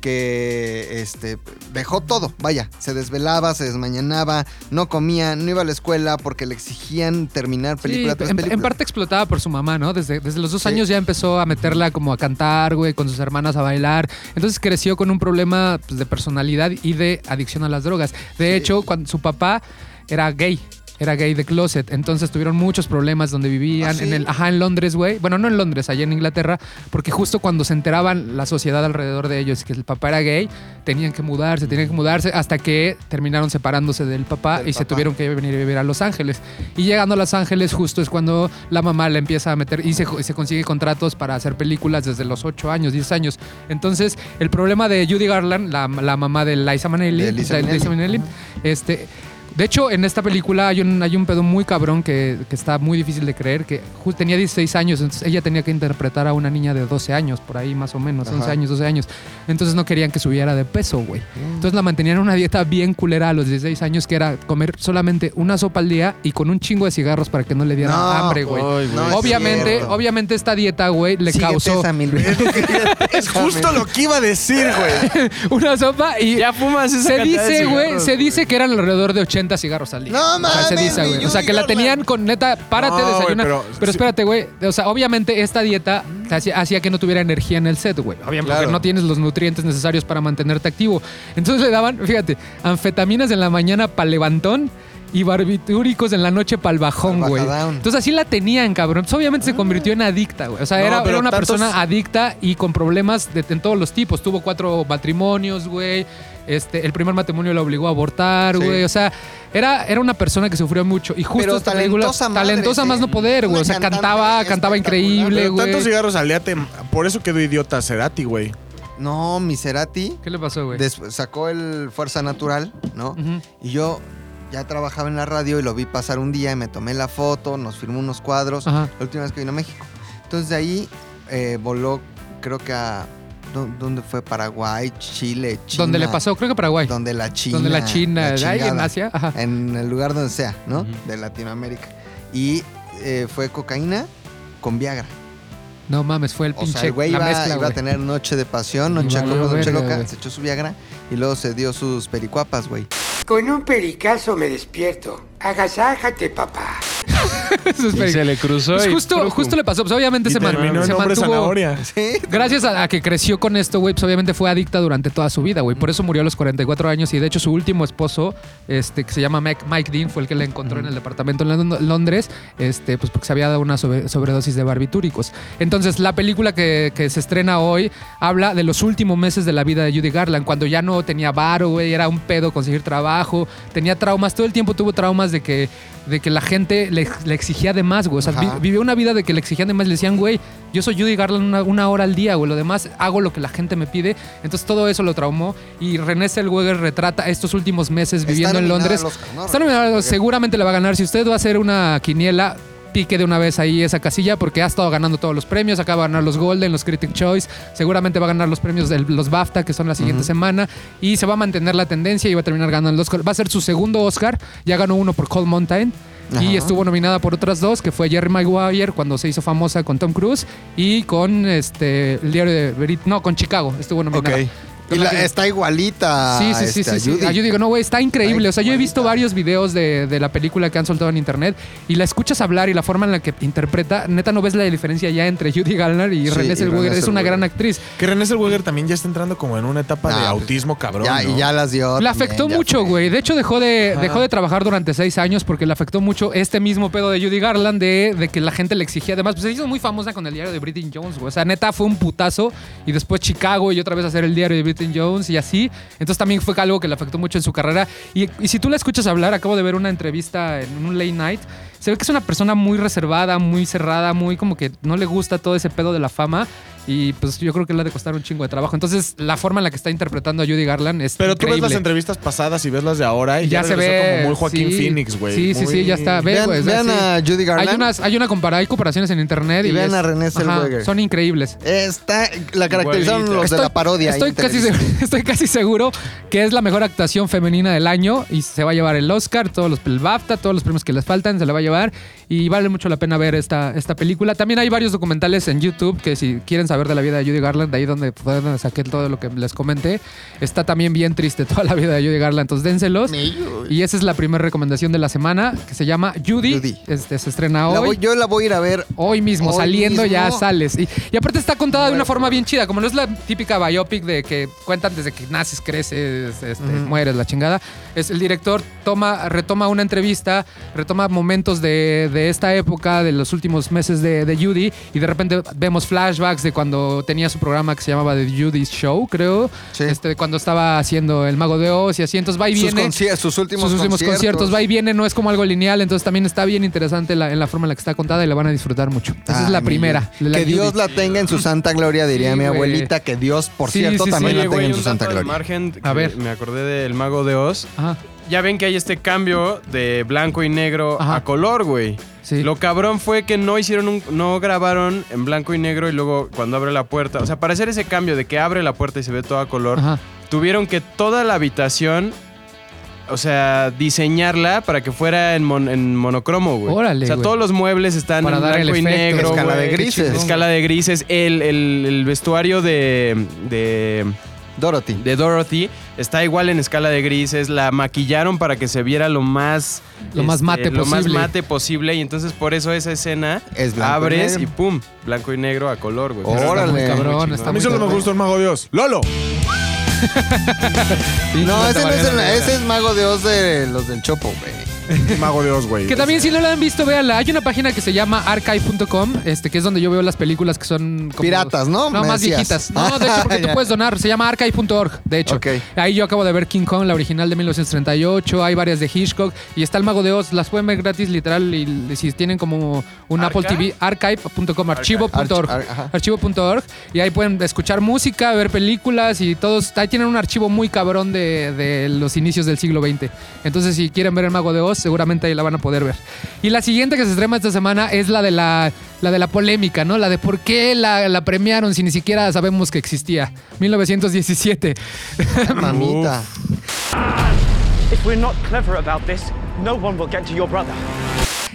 que este dejó todo, vaya, se desvelaba, se desmañanaba, no comía, no iba a la escuela porque le exigían terminar película
Sí,
tras
en,
película.
en parte explotada por su mamá, ¿no? Desde, desde los dos
Sí.
años ya empezó a meterla como a cantar, güey, con sus hermanas a bailar. Entonces creció con un problema pues, de personalidad y de adicción a las drogas. De hecho, cuando su papá era gay. Era gay de closet, entonces tuvieron muchos problemas donde vivían,
¿Ah, sí?
en el, ajá, en Londres, güey. Bueno, no en Londres, allá en Inglaterra, porque justo cuando se enteraban la sociedad alrededor de ellos que el papá era gay, tenían que mudarse, tenían que mudarse, hasta que terminaron separándose del papá
Del
y se
papá.
tuvieron que venir a vivir a Los Ángeles. Y llegando a Los Ángeles justo es cuando la mamá la empieza a meter y se, se consigue contratos para hacer películas desde los 8 años, 10 años. Entonces, el problema de Judy Garland, la, la mamá de Liza Minnelli,
De Liza
de Liza
Minnelli.
Minnelli, este... De hecho, en esta película hay un, hay un pedo muy cabrón que, que está muy difícil de creer, que ju- tenía 16 años, entonces ella tenía que interpretar a una niña de 12 años, por ahí más o menos,
Ajá.
11 años, 12 años. Entonces no querían que subiera de peso, güey.
Oh.
Entonces la mantenían en una dieta bien culera a los 16 años, que era comer solamente una sopa al día y con un chingo de cigarros para que no le diera
No,
hambre, güey.
Ay,
No,
güey.
es
obviamente,
cierto.
obviamente esta dieta, güey, le
Síguete
causó
esa, mi Luis.
Es justo lo que iba a decir, güey.
una sopa y
Ya fumas esa
se
cantidad de
dice, güey,
cigarros,
se dice que eran alrededor de 80 cigarros al día.
No
O sea, se
mames,
dice,
mi
güey. O sea,
Judy
que la
Garland.
tenían con neta, párate,
No, güey,
desayuna.
pero-
pero, espérate, güey. O sea, obviamente esta dieta te hacía, hacía que no tuviera energía en el set, güey. Obviamente,
Claro.
porque no tienes los nutrientes necesarios para mantenerte activo. Entonces le daban, fíjate, anfetaminas en la mañana para levantón. Y barbitúricos en la noche para el bajón,
Pa'l
güey.
bajadón.
Entonces así la tenían, cabrón. Entonces, obviamente se convirtió en adicta, güey. O sea,
No,
era,
pero
era una
tantos-
persona adicta y con problemas de, en todos los tipos. Tuvo cuatro matrimonios, güey. Este, el primer matrimonio la obligó a abortar,
Sí.
güey. O sea, era, era una persona que sufrió mucho. Y justo
Pero
esta película-
talentosa madre,
talentosa
sí.
más no poder,
Una
güey. O sea,
cantante
cantaba, cantaba increíble,
Pero
güey.
tantos cigarros al día, te- por eso quedó idiota Cerati, güey.
No, Miserati
¿Qué le pasó, güey?
después sacó el Fuerza Natural, ¿no?
Ujú.
Y yo ya trabajaba en la radio y lo vi pasar un día y me tomé la foto, nos firmó unos cuadros.
Ajá.
La última vez que vino a México. Entonces de ahí eh, voló, creo que a. ¿dó- ¿Dónde fue? Paraguay, Chile, China.
¿Dónde le pasó? Creo que Paraguay.
Donde la China.
Donde la China,
la
ahí en
chingada. Eh.
Asia. Ajá.
En el lugar donde sea, ¿no?
Ujú.
De Latinoamérica. Y eh, fue cocaína con Viagra.
No mames, fue el
O
pinche
sea, el güey
la
iba,
mezcla,
iba a
güey.
tener noche de pasión, noche
Y valió
cruda, noche
verga,
loca,
güey.
se echó su Viagra y luego se dio sus pericuapas, güey.
Con un pericazo me despierto. Agasájate, papá.
Eso es
Y se
verga.
le cruzó.
Pues
y
justo,
crujum.
justo le pasó. Pues obviamente
Y
se, man-
terminó
se
en hombre
mantuvo.
zanahoria.
Sí.
Gracias a, a que creció con esto, güey, pues obviamente fue adicta durante toda su vida, güey. Por eso murió a los 44 años y de hecho su último esposo, este, que se llama Mike, Mike Dean, fue el que la encontró en el departamento en Lond- Londres, este, pues porque se había dado una sobre- sobredosis de barbitúricos. Entonces, la película que, que se estrena hoy habla de los últimos meses de la vida de Judy Garland, cuando ya no tenía varo, güey, era un pedo conseguir trabajo, tenía traumas, todo el tiempo tuvo traumas de que, de que la gente le, le exigía de más, güey. O sea, vi-
Ajá.
vivió una vida de que le exigían de más. Le decían, güey, yo soy Judy Garland una, una hora al día, güey. Lo demás hago lo que la gente me pide. Entonces todo eso lo traumó. Y René Zellweger retrata estos últimos meses
Está
viviendo en
nominada
Londres.
al Oscar, ¿no?
Está nominada,
Porque-
seguramente la va a ganar. Si usted va a hacer una quiniela, pique de una vez ahí esa casilla porque ha estado ganando todos los premios. Acaba de ganar los Golden, los Critic Choice. Seguramente va a ganar los premios de los BAFTA, que son la siguiente semana. Y se va a mantener la tendencia y va a terminar ganando el Oscar. Va a ser su segundo Oscar. Ya ganó uno por Cold Mountain.
Ajá.
Y estuvo nominada por otras dos, que fue Jerry Maguire cuando se hizo famosa con Tom Cruise y con este el diario de Verit- no, con Chicago estuvo nominada.
Y
Con la
la-
que-
está igualita.
Sí, sí, sí,
este, a
sí, sí.
Judy.
Ah, Yo digo, no, güey, está increíble.
Ay,
O sea, yo he
bonita.
visto varios videos de, de la película que han soltado en internet y la escuchas hablar y la forma en la que interpreta, neta no ves la diferencia ya entre Judy Garland y
Sí,
René
y
Zellweger.
Renée
Es una
Zellweger.
gran actriz.
Que René Zellweger también ya está entrando como en una etapa
Ah,
de
pues,
autismo cabrón.
Ya,
¿no?
y ya las dio. también,
La afectó
ya
mucho,
fue.
güey. De hecho, dejó de, dejó de trabajar durante seis años porque le afectó mucho este mismo pedo de Judy Garland, de, de que la gente le exigía. Además, pues se hizo muy famosa con el diario de Britney Jones, güey. O sea, neta, fue un putazo. Y después Chicago y otra vez hacer el diario de Britney Jones y así. Entonces también fue algo que le afectó mucho en su carrera. Y, y si tú la escuchas hablar, acabo de ver una entrevista en un late night. Se ve que es una persona muy reservada, muy cerrada, muy como que no le gusta todo ese pedo de la fama. Y pues yo creo que le ha de costar un chingo de trabajo. Entonces, la forma en la que está interpretando a Judy Garland es.
Pero tú ves las
increíble.
entrevistas pasadas y ves las de ahora y ya,
se
regresó
ve
como muy Joaquín
sí.
Phoenix, güey.
Sí, sí,
Muy-
sí, ya está. Ve,
Vean,
güey, ve,
vean
sí.
a Judy Garland.
Hay unas, hay una compara- hay comparaciones en internet y,
Y vean
es-
a René
ajá,
Zellweger.
son increíbles.
Está, la caracterizaron
Igualita.
los de la parodia. ahí
Estoy
en
casi,
televisión.
seguro, estoy casi seguro que es la mejor actuación femenina del año y se va a llevar el Oscar, todos los el BAFTA, todos los premios que les faltan, se la va a llevar y vale mucho la pena ver esta, esta película. También hay varios documentales en YouTube que si quieren saber de la vida de Judy Garland, de ahí donde, fue donde saqué todo lo que les comenté, está también bien triste toda la vida de Judy Garland, entonces dénselos. Y esa es la primera recomendación de la semana que se llama Judy.
Judy.
Este, se estrena
La
hoy.
voy- yo la voy a ir a ver.
Hoy mismo,
Hoy
saliendo ya
mismo.
sales. Y, y aparte está contada de una forma bien chida, como no es la típica biopic de que cuentan desde que naces, creces, este, mueres, la chingada. Es, el director toma, retoma una entrevista, retoma momentos de, de esta época, de los últimos meses de, de Judy, y de repente vemos flashbacks de cuando tenía su programa que se llamaba The Judy's Show, creo.
Sí.
Este, de cuando estaba haciendo El Mago de Oz y así. Entonces va y
Sus,
viene
conci- sus últimos,
sus últimos conciertos. va y viene, no es como algo lineal, entonces también está bien interesante la, en la forma en la que está contada y la van a disfrutar mucho. Esa es
Ay,
la
mi
primera.
vida.
de la
Ah, que
Judy.
Dios la tenga en su santa gloria, diría
Sí,
mi
güey.
abuelita. Que Dios, por
Sí,
cierto,
sí, sí.
también
Oye,
la tenga
güey,
en
un
su santa
dato al
gloria.
margen que
A ver.
me acordé del Mago de Oz.
Ajá,
Ya ven que hay este cambio de blanco y negro
Ajá.
a color, güey.
sí.
Lo cabrón fue que no hicieron un, no grabaron en blanco y negro y luego cuando abre la puerta, o sea, para hacer ese cambio de que abre la puerta y se ve todo a color,
Ajá.
tuvieron que toda la habitación, o sea, diseñarla para que fuera en, mon- en monocromo, güey.
Órale,
O sea,
güey.
todos los muebles están
Para
en
dar el
blanco y
efecto.
negro.
Escala de
güey.
grises.
Escala de grises. El, el- el vestuario de- de
Dorothy.
de Dorothy está igual en escala de grises, la maquillaron para que se viera lo más este,
Lo más mate
lo más
posible.
mate posible y entonces por eso esa escena
Es blanco y
abres y,
negro.
pum, blanco y negro a color, güey.
Órale.
Pero está muy
Cabrón,
chingón.
está
A mí
muy
solo me
cabrón.
gusta el mago Dios. ¡Lolo!
No, ese no es, el,
Mariana
ese es Mago de Oz de los del Chopo, güey.
El mago Dios, güey.
Que también si no la han visto, véanla. Hay una página que se llama archive.com, este, que es donde yo veo las películas que son como-
Piratas, ¿no?
No,
Me
más
decías.
viejitas. No, de hecho, porque tú
Ya.
puedes donar. Se llama archive.org, de hecho.
Ok.
Ahí yo acabo de ver King Kong, la original de 1938. Hay varias de Hitchcock. Y está El Mago de Oz. Las pueden ver gratis, literal. Y, y si tienen como un
¿Arca?
Apple TV, archive.com, archivo.org.
Arch- ar- ajá.
Archivo.org. Y ahí pueden escuchar música, ver películas y todos. Ahí tienen un archivo muy cabrón de, de los inicios del siglo XX. Entonces, si quieren ver El Mago de Oz, seguramente ahí la van a poder ver. Y la siguiente que se estrena esta semana es la de la, la, de la polémica, ¿no? La de por qué la, la premiaron si ni siquiera sabemos que existía. 1917.
Mamita.
If we're not clever about this, no one will get to your brother.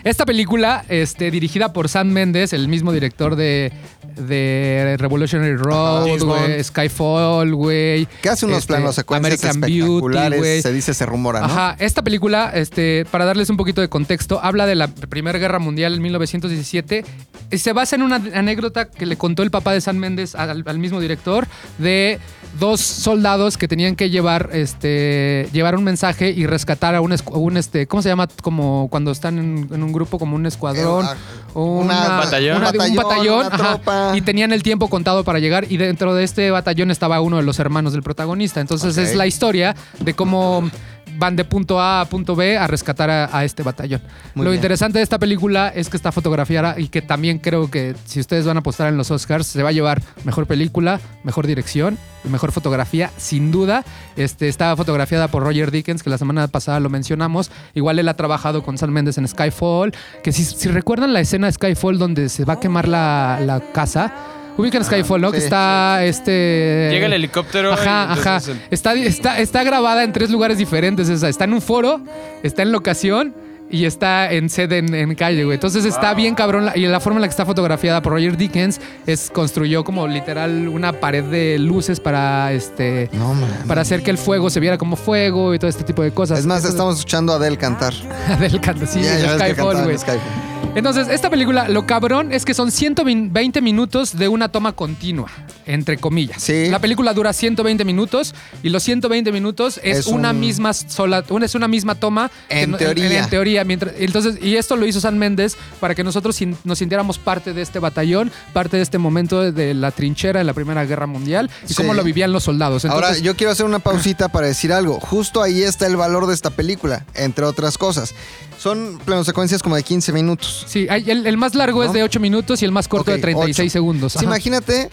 Esta película, este, dirigida por Sam Méndez, el mismo director de, de Revolutionary Road,
James
güey,
Bond.
Skyfall, güey.
Que hace unos
este,
planos secuencias
American Beauty,
espectaculares.
güey.
se dice, se rumora, ¿no?
Ajá, esta película, este, para darles un poquito de contexto, habla de la Primera Guerra Mundial en 1917 y se basa en una anécdota que le contó el papá de San Méndez al, al mismo director de dos soldados que tenían que llevar este llevar un mensaje y rescatar a un, escu- un, este cómo se llama como cuando están en, en un grupo como un escuadrón
Eh, ah,
o
una-
una-
Batallón.
una-
un
un batallón
batallón, una
ajá,
tropa.
y tenían el tiempo contado para llegar y dentro de este batallón estaba uno de los hermanos del protagonista entonces
Ok.
es la historia de cómo van de punto A a punto B a rescatar a, a este batallón.
Muy
Lo
bien.
interesante de esta película es que está fotografiada y que también creo que si ustedes van a apostar en los Oscars, se va a llevar mejor película, mejor dirección, y mejor fotografía, sin duda. Este, está fotografiada por Roger Dickens, que la semana pasada lo mencionamos. Igual él ha trabajado con Sam Mendes en Skyfall, que si, si recuerdan la escena de Skyfall donde se va a quemar la, la casa. Ubican Skyfall, ¿no? que
Ah, sí.
está este...
Llega el helicóptero.
Ajá,
y
ajá.
entonces el-
Está, está, está grabada en tres lugares diferentes. esa. Está en un foro, está en locación y está en sede en, en calle, güey. Entonces está bien cabrón. la- y la forma en la que está fotografiada por Roger Dickens es construyó como literal una pared de luces para este.
No, man.
Para hacer que el fuego se viera como fuego y todo este tipo de cosas.
Es más,
Eso-
estamos escuchando a Adele cantar.
del canto, sí,
Ya,
de
ya ves que
Skyfall,
cantaba
güey.
en Skyfall.
Entonces, esta película, lo cabrón es que son 120 minutos de una toma continua, entre comillas.
Sí.
La película dura 120 minutos y los 120 minutos es,
Es
una
un-
misma sola, una, es una misma toma. que
En
no- En,
teoría.
teoría. Mientras, entonces, y esto lo hizo San Méndez para que nosotros sin- nos sintiéramos parte de este batallón, parte de este momento de la trinchera de la Primera Guerra Mundial y
Sí.
cómo lo vivían los soldados.
Ahora,
Entonces, pues,
yo quiero hacer una pausita para decir algo. Justo ahí está el valor de esta película, entre otras cosas. Son planosecuencias como de 15 minutos.
Sí, hay- el, el más largo es
¿No?
de 8 minutos y el más corto
Ok,
de 36
ocho.
segundos.
Sí,
Ajá.
imagínate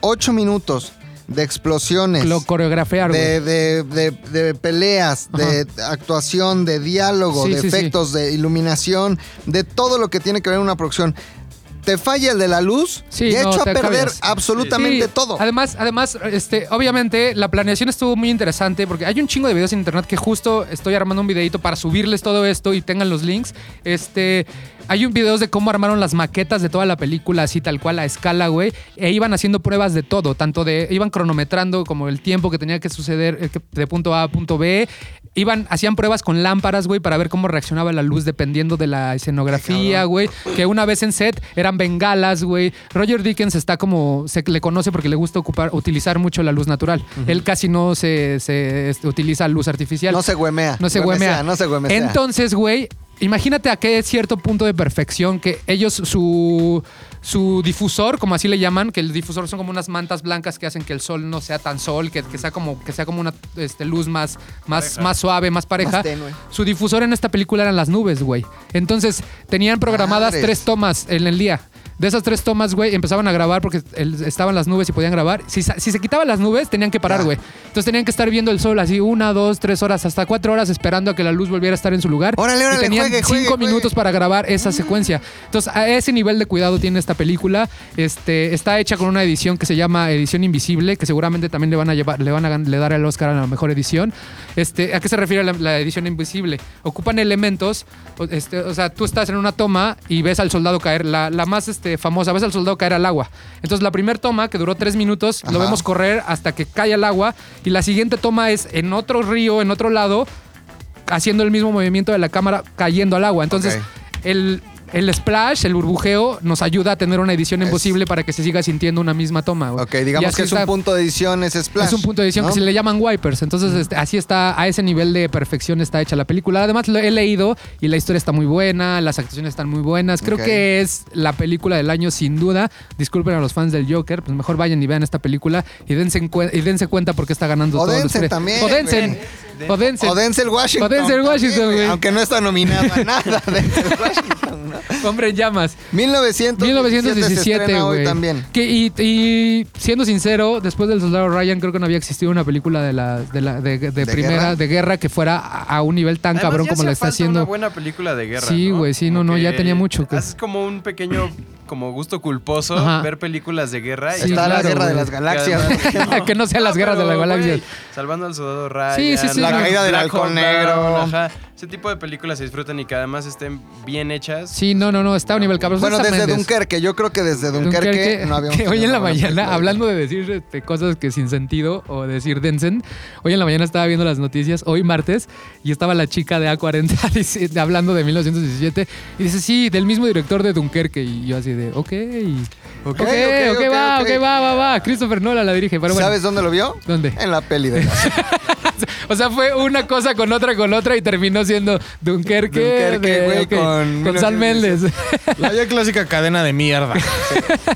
8 minutos de explosiones.
Lo coreografiar, güey.
de, de- de- de peleas, de actuación, de diálogo,
Sí,
de
sí, sí.
efectos, de iluminación, de todo lo que tiene que ver una producción. Te falla el de la luz
Sí,
y ha
no,
hecho a
te
perder
cambias.
absolutamente
Sí,
todo.
Además, además, este, obviamente la planeación estuvo muy interesante porque hay un chingo de videos en internet que justo estoy armando un videito para subirles todo esto y tengan los links. Este, hay un videos de cómo armaron las maquetas de toda la película así tal cual a escala, güey, e iban haciendo pruebas de todo, tanto de iban cronometrando como el tiempo que tenía que suceder eh, que- de punto A a punto B. Iban, hacían pruebas con lámparas, güey, para ver cómo reaccionaba la luz dependiendo de la escenografía, güey, que una vez en set eran bengalas, güey. Roger Dickens está como, se le conoce porque le gusta ocupar, utilizar mucho la luz natural. Él casi no se, se, este, utiliza luz artificial.
No se huemea.
No se
Huemecea,
huemea.
No se huemea.
Entonces, güey, imagínate a qué cierto punto de perfección que ellos, su, su difusor, como así le llaman, que el difusor son como unas mantas blancas que hacen que el sol no sea tan sol, que, que sea como, que sea como una este, luz más, más, más suave, más pareja.
Más tenue.
su difusor en esta película eran las nubes, güey. Entonces, tenían programadas
Madres.
tres tomas en el día. De esas tres tomas, güey, empezaban a grabar porque el- estaban las nubes y podían grabar. Si, sa- si se quitaban las nubes, tenían que parar,
Ya.
güey. Entonces tenían que estar viendo el sol así una, dos, tres horas, hasta cuatro horas esperando a que la luz volviera a estar en su lugar.
Órale, órale,
y tenían
juegue, juegue,
cinco
juegue.
minutos para grabar esa secuencia. Entonces, a ese nivel de cuidado tiene esta película. Este, está hecha con una edición que se llama Edición Invisible, que seguramente también le van a llevar, le van a gan- le dar el Oscar a la mejor edición. Este, ¿a qué se refiere la, la edición invisible? Ocupan elementos, o, este, o sea, tú estás en una toma y ves al soldado caer, la, la más este, famosa, ves al soldado caer al agua. Entonces, la primera toma, que duró tres minutos, lo
Ajá.
vemos correr hasta que cae al agua, y la siguiente toma es en otro río, en otro lado, haciendo el mismo movimiento de la cámara cayendo al agua. Entonces, el, el splash, el burbujeo, nos ayuda a tener una edición
Es-
imposible para que se siga sintiendo una misma toma. güey.
Ok,
Y
digamos
así
que es
está-
un punto de edición, es splash.
es un punto de edición
¿no?
que se le llaman wipers. Entonces, este, así está, a ese nivel de perfección está hecha la película. Además, lo he leído y la historia está muy buena, las actuaciones están muy buenas. Creo
Ok.
que es la película del año, sin duda. Disculpen a los fans del Joker, pues mejor vayan y vean esta película y dense, en cuen- y dense cuenta porque está ganando
O
todos los
dense
tres.
también,
O dense. O dense.
O Denzel Washington.
O Denzel
también,
Washington, güey.
Aunque no está nominado a nada, Denzel Washington. ¿no?
Hombre en llamas.
1917,
1917, güey.
güey. también.
Que, y, y siendo sincero, después del soldado Ryan, creo que no había existido una película de la, de la- de- de primera
guerra?
de guerra que fuera a a un nivel tan
Además,
cabrón
ya
como
hacía
la está
falta
haciendo.
Una buena película de guerra.
Sí, güey, sí, no,
Como
no, ya
que
tenía mucho que-
Es como un pequeño como gusto culposo
Ajá.
ver películas de guerra.
Sí,
está
claro,
la guerra
güey.
de las galaxias.
Que no sean las guerras de las
pero,
galaxias.
güey, Salvando al soldado Ryan.
Sí, sí, sí. La
caída del halcón
Hawk
negro.
Down, ajá. Ese tipo de películas se disfrutan y que además estén bien hechas.
Sí, no, no, no, está a un nivel cabrón.
Bueno,
Sam
desde
Mendes.
Dunkerque, yo creo que desde Dunkerque,
Pues Dunkerque,
no habíamos
que hoy
tenido
en la
una buena
mañana,
película.
hablando de decir este, cosas que sin sentido o decir densen, hoy en la mañana estaba viendo las noticias, hoy martes, y estaba la chica de A40 dice- hablando de 1917, y dice, sí, del mismo director de Dunkerque, y yo así de, ok, ok,
ok,
ok,
ok,
va, ok,
ok.
va, va, va, Christopher Nolan la dirige, pero bueno,
¿Sabes dónde lo vio?
¿Dónde?
En la peli de las-
o sea, fue una cosa con otra con otra y terminó siendo Dunkerque,
Dunkerque,
de-
güey,
ok,
con
con
1917.
San Méndez.
La ya clásica cadena de mierda.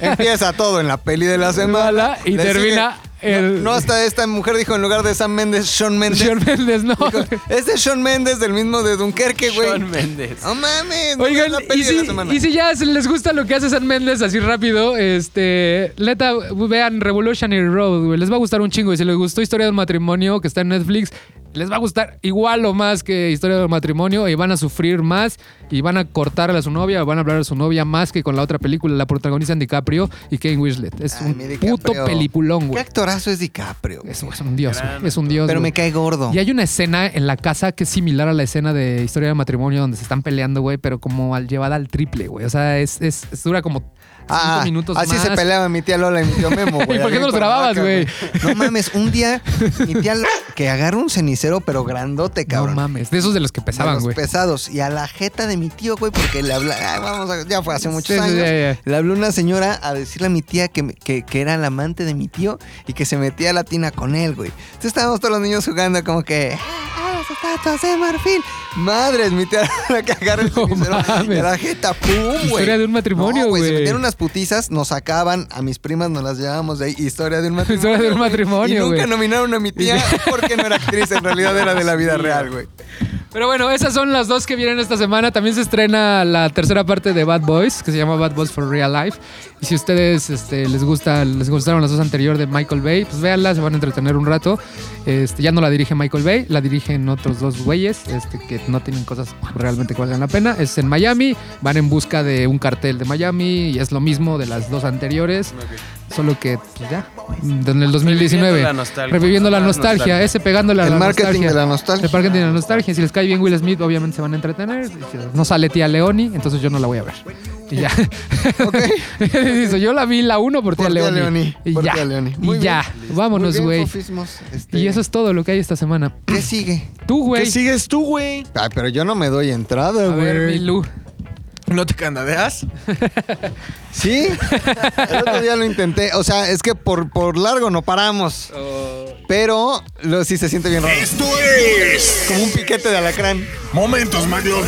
Empieza todo en la peli de la semana.
Mala y
Le
termina
sigue
el-
No, hasta esta mujer dijo en lugar de Sam Méndez, Sean Méndez.
Sean Méndez, no.
Dijo, es de Sean Méndez, del mismo de Dunkerque, güey.
Shawn Mendes.
No mames. no
Oigan,
es la
y
peli de
si,
la semana.
y si ya se les gusta lo que hace San Méndez así rápido, este, neta, vean Revolutionary Road, güey. Les va a gustar un chingo. Y si les gustó Historia de un Matrimonio, que está en Netflix, les va a gustar igual o más que Historia de un Matrimonio. Y van a sufrir más. Y van a cortarle a su novia. Van a hablar a su novia más que con la otra película. La protagonizan DiCaprio y Kane Winslet. Es
Ay,
un
mi
puto
DiCaprio.
peliculón,
¿Qué
güey.
actorazo es DiCaprio? güey?
Es, es un dios, güey. Es un dios.
Pero
güey.
me cae gordo.
Y hay una escena en la casa que es similar a la escena de Historia de Matrimonio donde se están peleando, güey, pero como al llevada al triple, güey. O sea, es, es, es- dura como cinco
Ah,
minutos
así
más.
se peleaba mi tía Lola y mi tío Memo, güey.
¿Y por
allá
qué no
en
los grababas,
Cuernavaca,
güey?
No mames, un día mi tía Lola que agarra un cenicero, pero grandote,
No
cabrón.
mames, de esos de los que
de
pesaban,
los
güey.
pesados. Y a la jeta de mi tío, güey, porque le habla. Ah, vamos a- ya fue hace muchos
Sí, sí,
años.
ya, ya.
Le habló una señora a decirle a mi tía que, me- que, que era la amante de mi tío y que se metía a la tina con él, güey. Entonces estábamos todos los niños jugando como que. ¡Ah, las estatuas de marfil! Madres, mi tía la que agarra el
No
cenicero
mames.
y a la jeta, ¡pum, güey!
Historia de un matrimonio,
No, Se
güey.
metieron unas putizas, nos sacaban, a mis primas nos las llevábamos de ahí. Historia de un matrimonio.
Historia de un
güey.
matrimonio,
Y nunca
güey.
nominaron a mi tía porque no era actriz, en realidad era de la vida real, güey.
Pero bueno, esas son las dos que vienen esta semana. También se estrena la tercera parte de Bad Boys, que se llama Bad Boys for Real Life. Y si ustedes este, les gusta, les gustaron las dos anteriores de Michael Bay, pues véanla, se van a entretener un rato. Este, ya no la dirige Michael Bay, la dirigen otros dos güeyes este, que no tienen cosas realmente que valgan la pena. Es en Miami, van en busca de un cartel de Miami y es lo mismo de las dos anteriores, solo que pues, ya, en el 2019.
Reviviendo la nostalgia.
Reviviendo la
La
nostalgia,
nostalgia.
ese pegándole a
El
la
marketing
nostalgia.
de la nostalgia.
El marketing de la nostalgia. Si les cae bien Will Smith, obviamente se van a entretener. Si No sale tía Leoni, entonces yo no la voy a ver. Y ya. Dice, yo la vi la 1 por tía
Por tía
Leoni.
Leoni,
Y
por
ya.
tía Leoni.
Y
Muy
ya.
Muy
Vámonos,
bien,
güey.
sofismos, este,
Y eso es todo lo que hay esta semana.
¿Qué sigue?
Tú,
¿Qué
güey.
sigues tú, güey?
Ay, pero yo no me doy entrada,
A ver,
güey.
Milu.
¿No te candadeas?
¿Sí? El otro día lo intenté. O sea, es que por, por largo no paramos.
Oh.
Pero lo, sí se siente bien raro.
Esto es
Como un piquete de alacrán.
Momentos Maglor.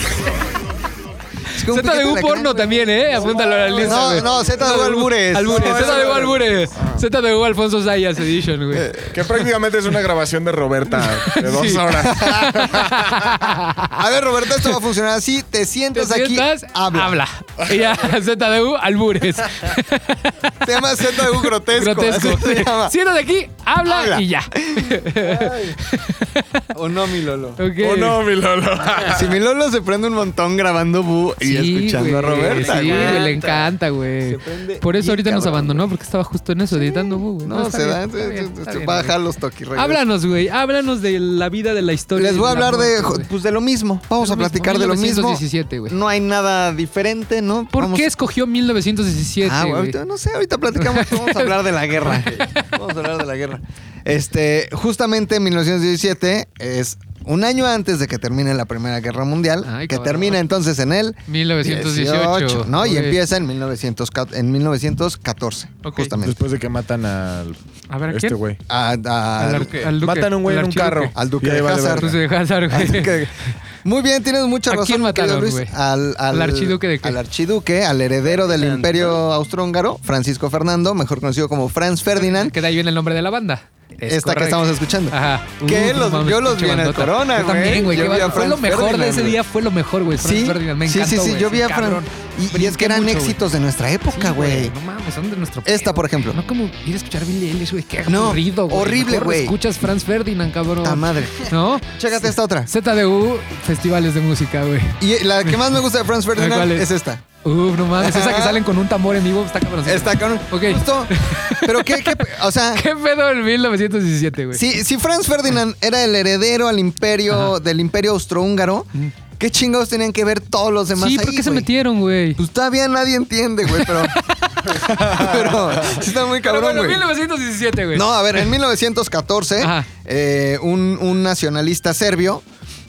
Es como un
Z
piquete
de U
alacrán,
porno
güey.
también, ¿eh? Apúntalo a la lista.
No,
güey.
no, ZDU albures.
Albures,
No, Ah. Eh,
ZDU albures. ZDU Alfonso Sayas Edition, güey.
Que prácticamente es una grabación de Roberta de dos
Sí.
horas.
A ver, Roberto, esto va a funcionar así. Te
Te
sientas aquí,
sientas,
habla.
habla. Y ya, ZDU Albures.
Se llama ZDU grotesco.
Grotesco.
así se llama.
Siéntate aquí, habla,
Habla.
y ya.
O no, mi Lolo.
Ok.
¿O no, mi Lolo?
Si mi Lolo se prende un montón grabando Bu y
Sí,
escuchando a
güey,
Roberta.
Sí,
güey.
güey, le encanta, güey.
Se prende
Por eso
bien
ahorita nos
cabrón,
abandonó, porque estaba justo en eso, editando. güey.
No,
está
se
bien,
da.
está
se-
bien,
se-
está
se
bien,
va a
güey.
jalar los toquirreyes.
Háblanos, güey. Háblanos de la vida, de la historia.
Les
de
voy a
la
hablar de,
muerte, güey.
pues de lo mismo. Vamos
De
a
lo mismo,
platicar de lo mismo.
1917, güey.
No hay nada diferente, ¿no?
¿Por
Vamos-
qué escogió 1917?
Ah, güey,
güey?
ahorita, no sé, ahorita platicamos. Vamos a hablar de la guerra. Vamos a hablar de la guerra. Este, justamente 1917 es un año antes de que termine la Primera Guerra Mundial,
Ay,
que
cabrón.
termina entonces en el
1918.
18, ¿no? Y
Ok.
empieza en, 1900 ca- en 1914,
Ok.
justamente.
Después de que matan al.
A ver, ¿a
este
quién?
güey.
A- a-
Al arque- al duque,
Matan a un güey
al
en un
archiduque.
carro.
Al duque
Y ahí
de
vale
Hazard.
verga.
Pues de Hazard, güey.
Así que- muy bien, tienes mucha
¿A
razón.
quién
querido
mataron,
Luis.
güey?
Al,
¿Al archiduque de qué?
Al archiduque, al heredero del
Ferdinand.
imperio austrohúngaro, Francisco Fernando, mejor conocido como Franz Ferdinand.
Que de ahí viene el nombre de la banda. Es
esta
correcto.
que estamos escuchando.
Ajá.
Que
no
los-
mames,
yo los
pinche
vi en el
bandota.
Corona,
Yo también,
güey.
güey.
Yo
qué
vi a
banda. Fue
Franz
lo mejor de
Ferdinand,
ese
güey.
día, fue lo mejor, güey. Franz
Sí,
Ferdinand, me
sí,
encantó,
sí, sí,
güey,
yo vi a
cabrón.
Fran. Y, y es que
Brinqué
eran
mucho, güey.
éxitos de nuestra época,
Sí,
güey.
No mames, son de nuestro
Esta,
pedo,
por ejemplo.
No como ir a escuchar Billy Ellis, güey. Qué
No,
aburrido, güey.
horrible,
Mejor
güey.
Escuchas Franz Ferdinand, cabrón.
Puta madre.
¿No?
Chécate esta otra.
ZDU, festivales de música, güey.
Y la que más me gusta de Franz
¿Cuál
Ferdinand
es?
es esta.
Uf, no mames. Esa que salen con un tambor en vivo está cabrón.
Esta, cabrón.
Ok.
Justo. Pero qué, qué, o sea,
¿Qué pedo el 1917, güey?
si, si Franz Ferdinand era el heredero al imperio, del imperio austrohúngaro, ¿qué chingados tenían que ver todos los demás
Sí,
ahí,
¿por qué se
güey?
metieron, güey?
Pues todavía nadie entiende, güey, pero... pero sí está muy
Pero
cabrón,
bueno,
güey.
1917, güey.
No, a ver, en 1914,
Ajá.
eh, un, un nacionalista serbio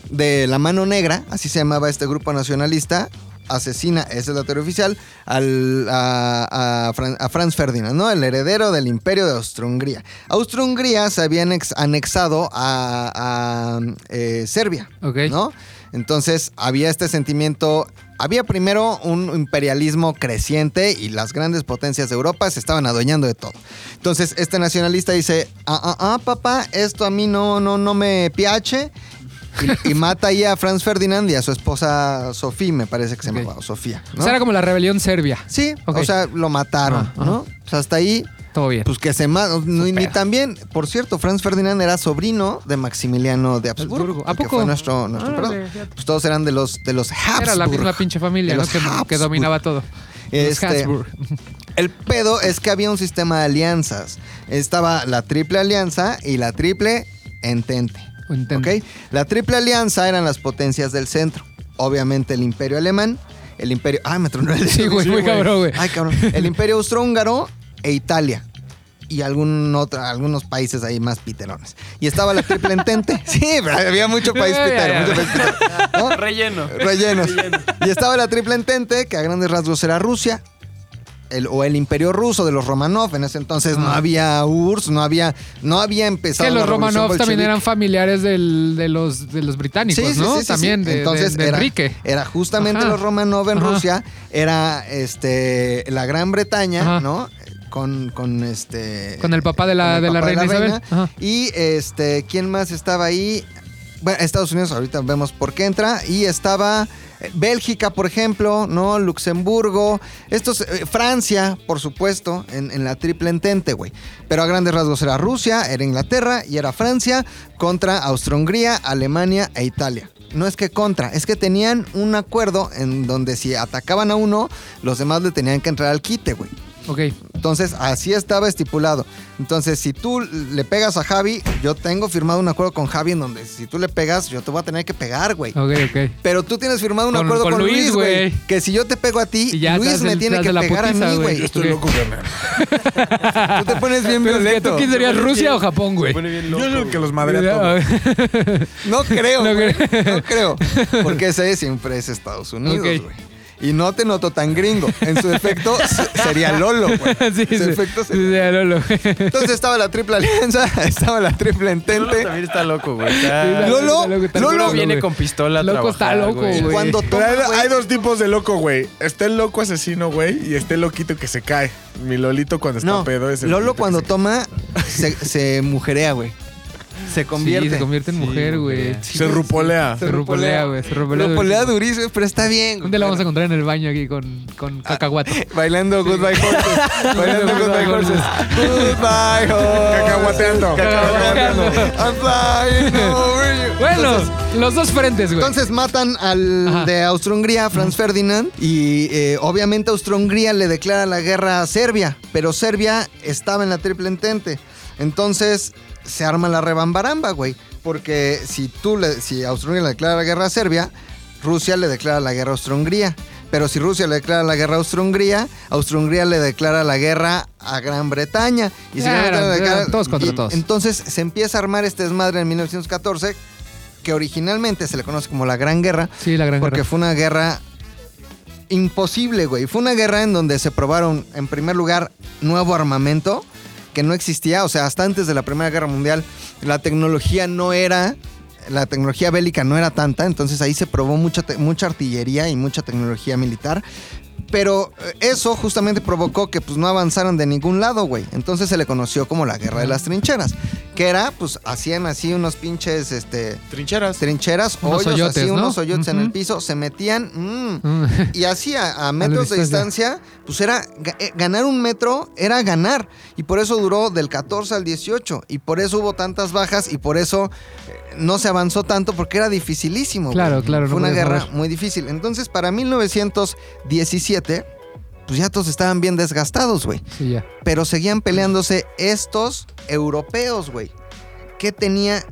de la mano negra, así se llamaba este grupo nacionalista, asesina, esa es la teoría oficial, al, a, a Fran- a Franz Ferdinand, ¿no? El heredero del imperio de Austro-Hungría. Austro-Hungría se había anex- anexado a, a, eh, Serbia,
Ok.
¿no? Entonces había este sentimiento, había primero un imperialismo creciente y las grandes potencias de Europa se estaban adueñando de todo. Entonces este nacionalista dice, ah, ah, ah, papá, esto a mí no, no, no me piache. Y, y mata ahí a Franz Ferdinand y a su esposa Sofía, me parece que se
Ok.
llamaba, o Sofía.
O
¿no?
sea, era como la rebelión serbia.
Sí,
Ok.
o sea, lo mataron,
Ah, ajá.
¿no? O sea, hasta ahí
Todo bien.
pues que se ma- ni, ni
pedo.
también, por cierto, Franz Ferdinand era sobrino de Maximiliano de Habsburgo.
Habsburgo. ¿A
el que
poco?
fue nuestro, nuestro
Órale,
emperador.
fíjate.
Pues todos eran de los, de los Habsburgo.
era la misma pinche familia
De
¿no?
los
que, que
Habsburgo.
dominaba todo. Los
Este,
Habsburg.
El pedo es que había un sistema de alianzas. Estaba la triple alianza y la triple entente.
Entente.
¿ok? La triple alianza eran las potencias del centro. Obviamente el imperio alemán, el imperio... ¡Ay, me tronó el
Sí, güey, muy cabrón, güey.
Ay, cabrón. El Imperio Austrohúngaro e Italia. Y algún otro- algunos países ahí más piterones. Y estaba la triple entente. Sí, pero había mucho país
Ya, ya,
pitero.
ya.
mucho país pitero, ¿no?
Relleno.
Rellenos. Y estaba la triple entente, que a grandes rasgos era Rusia. El, o el imperio ruso de los Romanov. En ese entonces no había URSS, no había, no había empezado.
Que
la
los
revolución
Romanov también
bolchevique.
eran familiares del- de, los, de los británicos, ¿no? también de, de-
Entonces
de
era,
Enrique.
era justamente
Ajá.
los Romanov en
Ajá.
Rusia, era este la Gran Bretaña,
Ajá.
¿no? Con, con este
Con el papá de
con
la-
el
de la
papá
reina Isabel. Ajá.
y este quién más estaba ahí bueno, Estados Unidos ahorita vemos por qué entra y estaba eh, Bélgica, por ejemplo, ¿no? Luxemburgo, estos, eh, Francia, por supuesto, en, en la triple entente, güey. Pero a grandes rasgos era Rusia, era Inglaterra y era Francia contra Austro-Hungría, Alemania e Italia. No es que contra, es que tenían un acuerdo en donde si atacaban a uno, los demás le tenían que entrar al quite, güey.
Ok.
Entonces, así estaba estipulado. Entonces, si tú le pegas a Javi, yo tengo firmado un acuerdo con Javi en donde si tú le pegas, yo te voy a tener que pegar, güey.
Ok, ok.
Pero tú tienes firmado un
Con-
acuerdo
con
con,
Luis,
Luis, güey.
güey.
Que si yo te pego a ti,
Y ya te
Luis
hace
me
el- te
tiene
hace
que
la
pegar
putiza,
a mí,
güey.
güey.
Estoy
Ok.
loco, carnal.
Tú te pones bien
Pero es que
violento.
tú quién serías Rusia o Japón, güey.
Yo creo que los madre a todos.
Ok.
No creo,
No
güey.
creo.
No creo. Porque ese siempre es Estados Unidos, güey.
Ok.
Y no te noto tan gringo. En su defecto se- sería Lolo, güey.
sí,
En
sí.
su defecto
Sí,
sería-
sí, a Lolo.
Entonces estaba la triple alianza, estaba la triple entente.
También está loco, güey. Está-
Lolo,
está
Lolo
loco,
viene
güey.
con pistola a
Loco está
trabajar,
loco,
güey.
güey.
Cuando
Pero
toma,
hay,
güey,
hay dos tipos de loco, güey. Está el loco asesino, güey, y está el loquito que se cae. Mi Lolito cuando está
no,
pedo es el
Lolo
loquito que
cuando
se-
toma se, se mujerea, güey. Se convierte.
Sí, se convierte en mujer, güey.
Se rupolea.
Se rupolea, güey. Se rupolea.
Rupolea
durísimo.
durísimo, pero está bien.
Un día la vamos a
Bueno,
encontrar en el baño aquí con,
Ah.
con cacahuato.
Bailando Goodbye Horses. Bailando Goodbye Horses. Goodbye Horses.
Cacahuateando.
Cacahuateando. I'm flying over you.
Bueno,
Entonces,
los dos frentes, güey.
Entonces matan al
Ajá.
de Austro-Hungría, Franz Ferdinand, y eh, obviamente Austro-Hungría le declara la guerra a Serbia, pero Serbia estaba en la triple entente. Entonces se arma la rebambaramba, güey, porque si tú le, si Austro-Hungría le declara la guerra a Serbia, Rusia le declara la guerra a Austro-Hungría. Pero si Rusia le declara la guerra a Austro-Hungría, Austro-Hungría le declara la guerra a Gran Bretaña. Y si
Ya,
Gran
eran-
Bretaña le declara-
eran todos contra
y
todos.
Entonces se empieza a armar este desmadre en 1914 que originalmente se le conoce como la Gran Guerra,
sí, la gran
porque
guerra.
fue una guerra imposible, güey. Fue una guerra en donde se probaron, en primer lugar, nuevo armamento que no existía, o sea, hasta antes de la Primera Guerra Mundial, la tecnología no era, la tecnología bélica no era tanta, entonces ahí se probó mucha, te- mucha artillería y mucha tecnología militar. Pero eh, eso justamente provocó que pues no avanzaran de ningún lado, güey. Entonces se le conoció como la guerra de las trincheras, que era pues hacían así unos pinches este
Trincheras.
trincheras,
Unos
hoyos,
hoyotes,
así,
¿no?
unos hoyotes en el
Ujú.
piso, se metían mm,
Mm.
y así a, a metros de
distancia.
distancia, pues era ga- eh, ganar un metro era ganar y por eso duró del 14 al 18 y por eso hubo tantas bajas y por eso eh, no se avanzó tanto porque era dificilísimo. güey.
Claro, claro, no
Fue una
podías
guerra
agarrar.
muy difícil. Entonces, para 1917, pues ya todos estaban bien desgastados, güey
Sí, ya.
pero seguían peleándose estos europeos, güey. ¿Qué tenía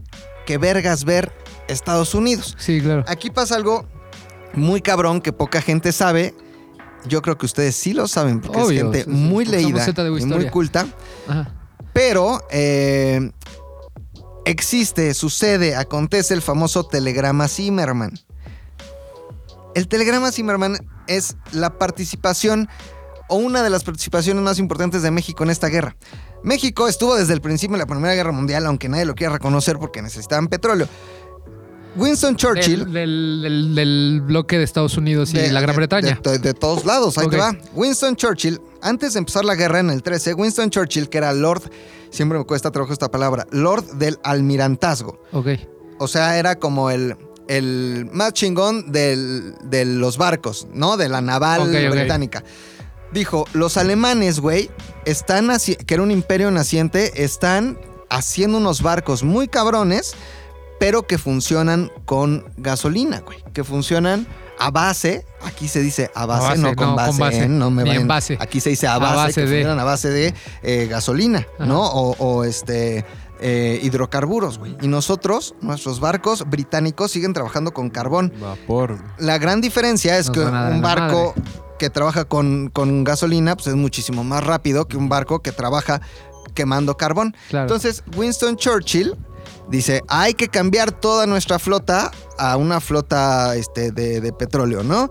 que vergas ver Estados Unidos?
Sí, claro.
Aquí pasa algo muy cabrón que poca gente sabe. Yo creo que ustedes sí lo saben porque es
Obvio,
gente
sí, sí,
muy
porque somos
leída
Zeta de
y muy
historia.
culta.
Ajá.
Pero eh, existe, sucede, acontece el famoso telegrama Zimmerman. El telegrama Zimmerman es la participación o una de las participaciones más importantes de México en esta guerra. México estuvo desde el principio de la Primera Guerra Mundial, aunque nadie lo quiera reconocer porque necesitaban petróleo. Winston Churchill.
Del, del- del- del bloque de Estados Unidos y
de-
la Gran
de-
Bretaña.
De, de todos lados, ahí te
Ok.
va. Winston Churchill, antes de empezar la guerra en el 13, Winston Churchill, que era Lord, siempre me cuesta trabajo esta palabra, Lord del Almirantazgo.
Ok.
O sea, era como el, el más chingón del- de los barcos, ¿no? De la naval
Ok, ok.
británica. Dijo, los alemanes, güey, están haci- que era un imperio naciente, están haciendo unos barcos muy cabrones, pero que funcionan con gasolina, güey. Que funcionan a base, aquí se dice a base,
base,
no con
no,
base,
con base,
¿eh? no me
ni en
vayan-
base.
Aquí se dice a
A
base,
base
que
de.
funcionan a base de eh, gasolina,
Ajá.
¿no? O, o, este eh, hidrocarburos, güey. Y nosotros, nuestros barcos británicos siguen trabajando con carbón.
Vapor.
La gran diferencia es
Nos
que
van a dar
un
en la
barco que trabaja con, con gasolina pues es muchísimo más rápido que un barco que trabaja quemando carbón.
Claro.
Entonces, Winston Churchill dice, hay que cambiar toda nuestra flota a una flota este, de, de petróleo, ¿no?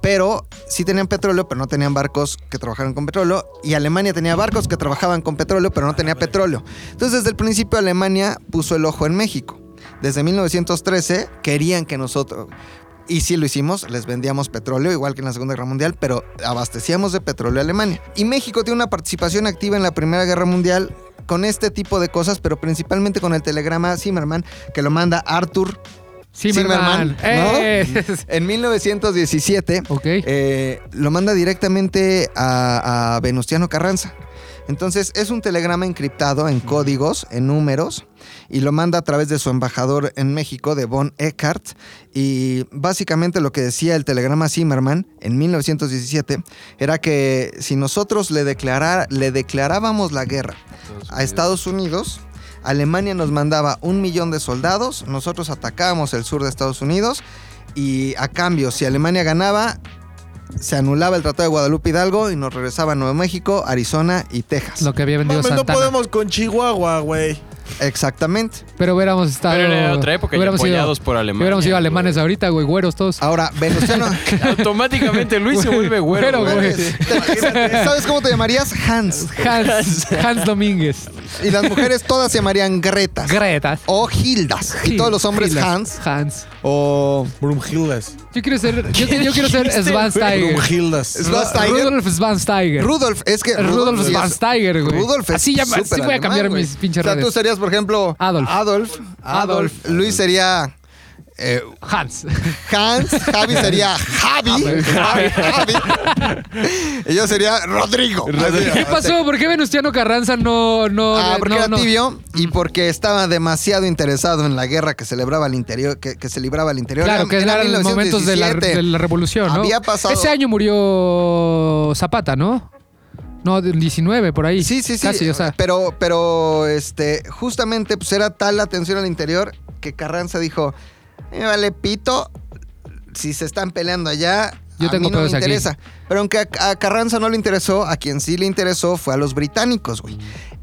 Pero sí tenían petróleo, pero no tenían barcos que trabajaran con petróleo. Y Alemania tenía barcos que trabajaban con petróleo, pero no tenía petróleo. Entonces, desde el principio, Alemania puso el ojo en México. Desde 1913 querían que nosotros... Y sí lo hicimos, les vendíamos petróleo, igual que en la Segunda Guerra Mundial, pero abastecíamos de petróleo a Alemania. Y México tiene una participación activa en la Primera Guerra Mundial con este tipo de cosas, pero principalmente con el telegrama Zimmerman, que lo manda Arthur. Zimmerman,
Zimmerman. ¡Eh!
En 1917
ok.
eh, lo manda directamente a, a Venustiano Carranza. Entonces es un telegrama encriptado en códigos, en números, y lo manda a través de su embajador en México, de Von Eckhart. Y básicamente lo que decía el telegrama Zimmerman en 1917 era que si nosotros le, declarar, le declarábamos la guerra a Estados Unidos, Alemania nos mandaba un millón de soldados, nosotros atacábamos el sur de Estados Unidos y a cambio, si Alemania ganaba, se anulaba el Tratado de Guadalupe Hidalgo y nos regresaba a Nuevo México, Arizona y Texas.
Lo que había vendido
Mames, no
Santana.
podemos con Chihuahua, güey.
Exactamente.
Pero hubiéramos estado.
Pero era otra época y
hubiéramos ido-
apoyados por Alemania.
Hubiéramos sido alemanes ahorita, güey, güeros todos.
Ahora, Venustiano,
Automáticamente Luis se vuelve güero.
Güero,
güey.
güey.
¿sabes cómo te llamarías? Hans.
Hans, Hans Domínguez.
Y las mujeres todas se llamarían Gretas.
Gretas.
o Hildas. Y todos los hombres
Gilas.
Hans.
Hans.
O Brumhildas.
Yo quiero ser. Yo, yo quiero ser Svansteiger.
Brumhildas.
Schwarzenegger.
Rudolf Svansteiger.
Rudolf, es que
Rudolf
sí es-
Schwarzenegger, güey.
Rudolf es
Así llama- así
súper
voy a cambiar
güey.
mis pinches
O sea, tú
redes.
serías, por ejemplo,
Adolf.
Adolf. Adolf.
Adolf.
Luis sería eh,
Hans.
Hans. Javi sería
Ah,
Javi. Javi. Javi. y yo sería Rodrigo.
¿Qué pasó? ¿Por qué Venustiano Carranza no. no
Ah, porque
no,
era
no?
tibio y porque estaba demasiado interesado en la guerra que celebraba el interior, que, que se libraba el interior.
Claro, que
era
eran los momentos de la,
1917.
de la revolución, ¿no?
Había pasado-
Ese año murió Zapata, ¿no? No, del 19, por ahí.
Sí, sí, sí.
Casi, o sea.
Pero, pero, este, justamente, pues era tal la tensión al interior que Carranza dijo: Me vale pito, si se están peleando allá.
Yo
a
tengo
mí no me
pedos aquí".
interesa. Pero aunque a, a Carranza no le interesó, a quien sí le interesó fue a los británicos, güey.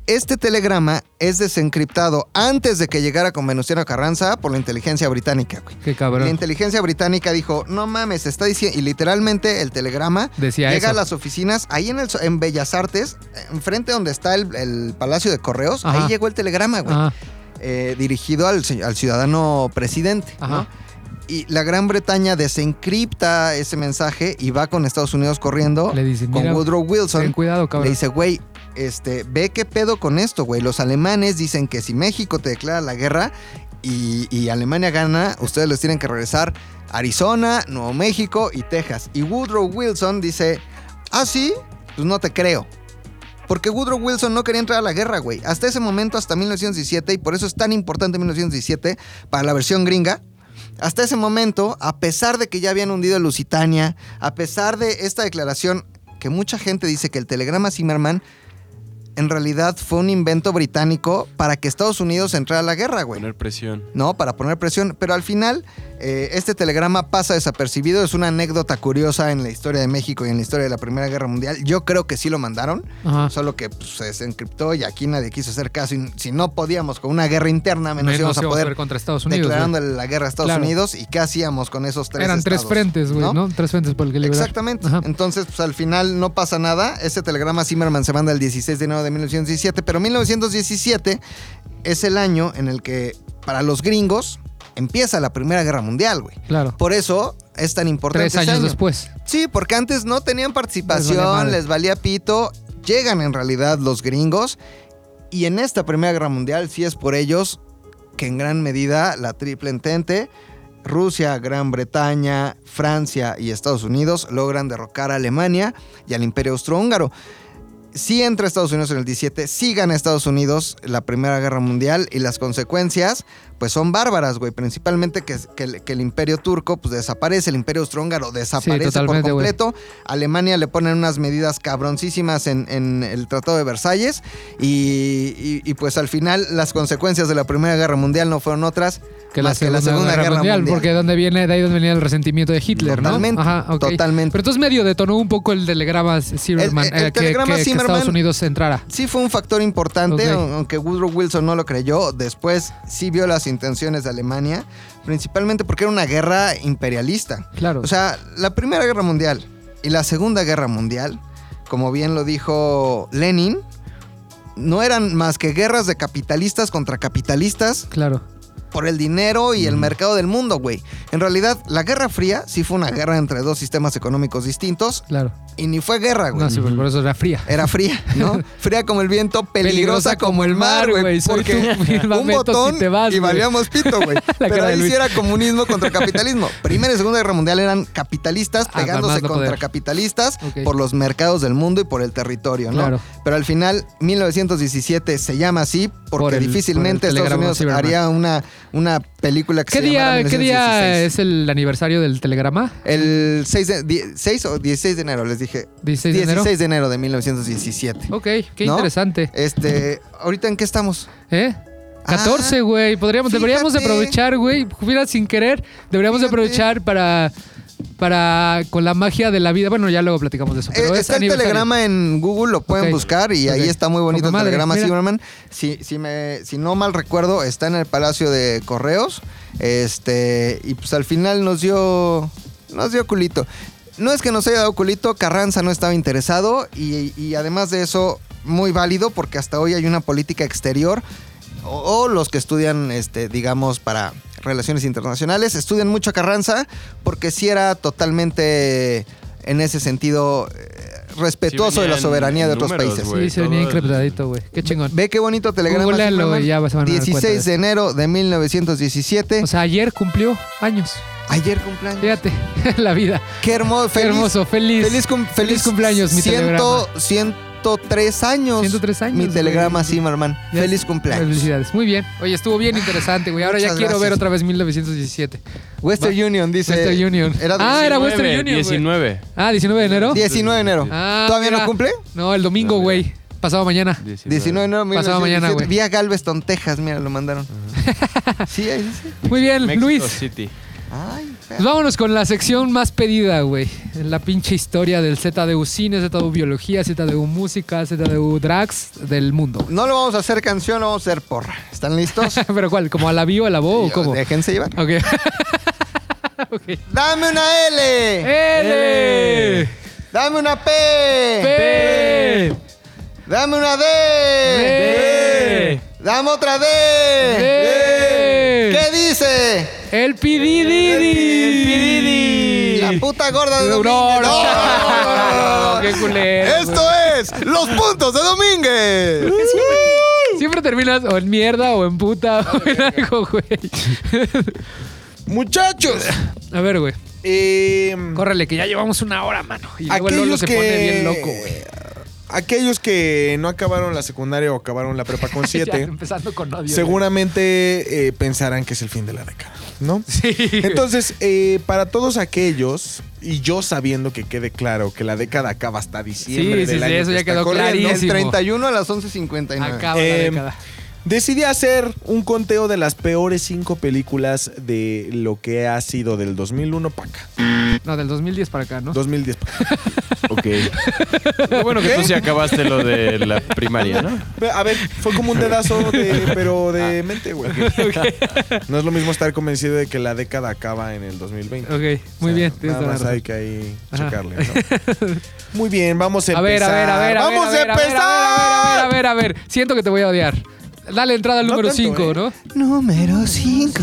Este telegrama es desencriptado antes de que llegara con Venustiano Carranza por la inteligencia británica, güey.
Qué
La
cabrón.
inteligencia británica dijo, no mames, está diciendo, y literalmente el telegrama
Decía
llega
eso.
a las oficinas, ahí en, el, so- en Bellas Artes, enfrente donde está el, el Palacio de Correos,
Ajá. Ah.
ahí llegó el telegrama, güey,
Ajá,
eh, dirigido al, ci- al ciudadano presidente.
Ajá.
¿no? Y la Gran Bretaña desencripta ese mensaje y va con Estados Unidos corriendo
Le dicen,
Oh, con
"Mira,
Woodrow Wilson.
ten cuidado,
Le
cabrón.
dice, güey, este, ve qué pedo con esto, güey. Los alemanes dicen que si México te declara la guerra y, y Alemania gana, ustedes les tienen que regresar a Arizona, Nuevo México y Texas. Y Woodrow Wilson dice, ah, sí, pues no te creo. Porque Woodrow Wilson no quería entrar a la guerra, güey. Hasta ese momento, hasta 1917, y por eso es tan importante 1917 para la versión gringa. Hasta ese momento, a pesar de que ya habían hundido el Lusitania, a pesar de esta declaración que mucha gente dice que el telegrama Zimmerman en realidad fue un invento británico para que Estados Unidos entrara a la guerra, güey.
Poner presión.
¿no? Para poner presión. Pero al final, eh, este telegrama pasa desapercibido. Es una anécdota curiosa en la historia de México y en la historia de la Primera Guerra Mundial. Yo creo que sí lo mandaron,
Ajá.
solo que pues, se desencriptó y aquí nadie quiso hacer caso. Y si no podíamos con una guerra interna, menos
Menos
íbamos a
íbamos
poder
contra Estados Unidos. güey.
declarándole la guerra a Estados
Claro.
Unidos. ¿Y qué hacíamos con esos tres
Eran tres
estados,
frentes, güey, ¿no? Tres frentes por el que liberar.
Exactamente.
Ajá.
Entonces, pues al final no pasa nada. Este telegrama Zimmerman se manda el 16 de enero de 1917, pero 1917 es el año en el que para los gringos empieza la Primera Guerra Mundial, güey.
Claro.
Por eso es tan importante.
Tres
ese
años
año.
después.
Sí, porque antes no tenían participación,
Les valía madre.
les valía pito. Llegan en realidad los gringos. Y en esta Primera Guerra Mundial sí es por ellos que en gran medida la Triple Entente, Rusia, Gran Bretaña, Francia y Estados Unidos logran derrocar a Alemania y al Imperio Austrohúngaro. Sí entra Estados Unidos en el 17, sí gana Estados Unidos la Primera Guerra Mundial y las consecuencias pues son bárbaras, güey. Principalmente que, que el- que el Imperio Turco pues desaparece, el Imperio Austrohúngaro desaparece por
totalmente, güey.
completo. Alemania le ponen unas medidas cabroncísimas en, en el Tratado de Versalles y, y- y, pues al final las consecuencias de la Primera Guerra Mundial no fueron otras
Que la,
más
segunda, Guerra, Mundial, Porque donde viene, de ahí donde venía el resentimiento de Hitler,
Totalmente,
¿no? Ajá, ok.
totalmente.
Pero entonces medio detonó un poco el telegrama Zimmerman,
El- el- el
eh, que,
telegrama
que- que
Zimmerman-
Estados Unidos entrara.
Sí fue un factor importante,
Ok.
aunque Woodrow Wilson no lo creyó, después sí vio las intenciones de Alemania, principalmente porque era una guerra imperialista.
Claro.
O sea, la Primera Guerra Mundial y la Segunda Guerra Mundial, como bien lo dijo Lenin, no eran más que guerras de capitalistas contra capitalistas
claro.
por el dinero y el mercado del mundo, güey. En realidad, la Guerra Fría sí fue una guerra entre dos sistemas económicos distintos
Claro.
y ni fue guerra, Ah, güey.
No, sí, pero por eso era fría.
Era fría, ¿no? Fría como el viento, peligrosa como el mar, güey.
soy
Porque
tu firmamento
un botón
si te vas,
y
güey.
valíamos pito, güey. Pero
cara de
ahí sí
Luis.
era comunismo contra capitalismo. Primera y Segunda Guerra Mundial eran capitalistas
Ah,
pegándose
más no
contra
poder.
capitalistas
Ok.
por los mercados del mundo y por el territorio, ¿no?
Claro.
Pero al final, 1917 se llama así porque
Por el-
difícilmente
por el
Estados
telegrama
Unidos
Cyberman.
haría una, una película que
¿Qué
se llamara
día, ¿Qué día
1916.
es el aniversario del telegrama?
El 6, de, die- 6 o 16 de enero, les dije.
16 de enero.
16 de enero de 1917.
Ok, qué
¿No?
interesante.
Este, ahorita en qué estamos?
¿Eh?
Ah,
14, güey. Podríamos, deberíamos de
fíjate.
aprovechar, güey. Mira, sin querer, deberíamos de
Fíjate.
aprovechar para, para con la magia de la vida. Bueno, ya luego platicamos de eso. Pero
Eh,
es
está el
aniversario.
telegrama en Google, lo pueden
Ok,
buscar y
ok.
ahí está muy bonito
Poca
el
madre,
telegrama
mira.
Silverman. Si, si, me, si no mal recuerdo, está en el Palacio de Correos. Este, y pues al final nos dio, nos dio culito. No es que nos haya dado culito, Carranza no estaba interesado y, y además de eso, muy válido porque hasta hoy hay una política exterior o, o los que estudian, este, digamos, para relaciones internacionales, estudian mucho a Carranza porque si era totalmente, en ese sentido, eh, respetuoso de la soberanía de otros países.
Sí, se venía encriptadito, güey. Qué chingón.
Pues, Ve qué bonito telegrama.
Googlealo
Superman.
y ya vas a dar cuenta
16
de
de enero de 1917.
O sea, ayer cumplió años.
Ayer cumpleaños.
Fíjate, la vida.
Qué hermoso.
Qué
Feliz,
hermoso, feliz.
Feliz, cum- feliz
cumpleaños, mi telegrama.
103 años.
103 años,
Mi
güey.
telegrama, Zimmerman.
Ya
Feliz
sé.
cumpleaños. Ah,
Felicidades. Muy bien. Oye, estuvo bien interesante, güey. Ahora ya
Muchas
quiero ver
gracias.
otra vez 1917.
Western Union dice.
Western Union.
Era
Ah, era Western Union, güey.
19.
Ah, 19 de enero.
19 de enero.
Ah,
¿Todavía
mira.
no cumple?
No, el domingo,
No, mira.
güey. Pasado mañana.
19 de enero. 1917.
Pasado mañana, güey.
Vía Galveston, Texas. Mira, lo mandaron. sí, ahí dice.
Muy bien,
Mexico
Luis.
City.
Ay,
Pues vámonos con la sección más pedida, güey. La pinche historia del ZDU Cine, ZDU Biología, ZDU Música, ZDU Drags del mundo.
No lo vamos a hacer canción, lo vamos a hacer porra. ¿Están listos?
¿Pero cuál? ¿Como a la bio, a la
Uh,
bo o cómo?
Déjense llevar.
Ok.
Dame una L.
L.
Dame una P.
P.
Dame una D.
D.
Dame otra D.
D.
¿Qué dice?
El pidididi.
La puta gorda de
No,
Domínguez.
no, no, no, qué culero,
Esto es los puntos de Domínguez.
Siempre terminas o en mierda o en puta o en algo, güey.
Muchachos,
A ver, güey.
em,
Córrele, que ya llevamos una hora, mano. Y luego el Lolo
aquellos
se
que
pone bien loco, güey.
aquellos que no acabaron la secundaria o acabaron la prepa con
Ya,
7,
empezando con odio.
seguramente eh, pensarán que es el fin de la década, ¿no?
güey. Sí.
Entonces, eh, para todos aquellos, y yo sabiendo que quede claro que la década acaba hasta diciembre
Sí, sí,
del
sí,
año
eso
que
ya
está
quedó
corriendo,
clarísimo.
El 31 a las 11.59.
Acaba la
Eh,
década.
Decidí hacer un conteo de las peores cinco películas de lo que ha sido del 2001 para acá.
No, del 2010 para acá, ¿no?
2010 pa' acá.
Ok. Qué bueno que tú sí acabaste lo de la primaria, ¿no?
Ve, A ver, fue como un dedazo, de, pero de mente, güey. No es lo mismo estar convencido de que la década acaba en el 2020.
Ok, muy
O sea,
bien.
Nada
tienes toda la
más
razón.
hay que ahí
Ajá.
checarle. ¿no? Muy bien, vamos a
A
empezar.
ver, a ver, a ver, a ver.
¡Vamos
a ver,
a
a ver,
empezar!
A ver, a ver, a ver, a ver. Siento que te voy a odiar. Dale entrada al
No eh.
número
tanto,
5,
¿eh?
¿no?
Número 5.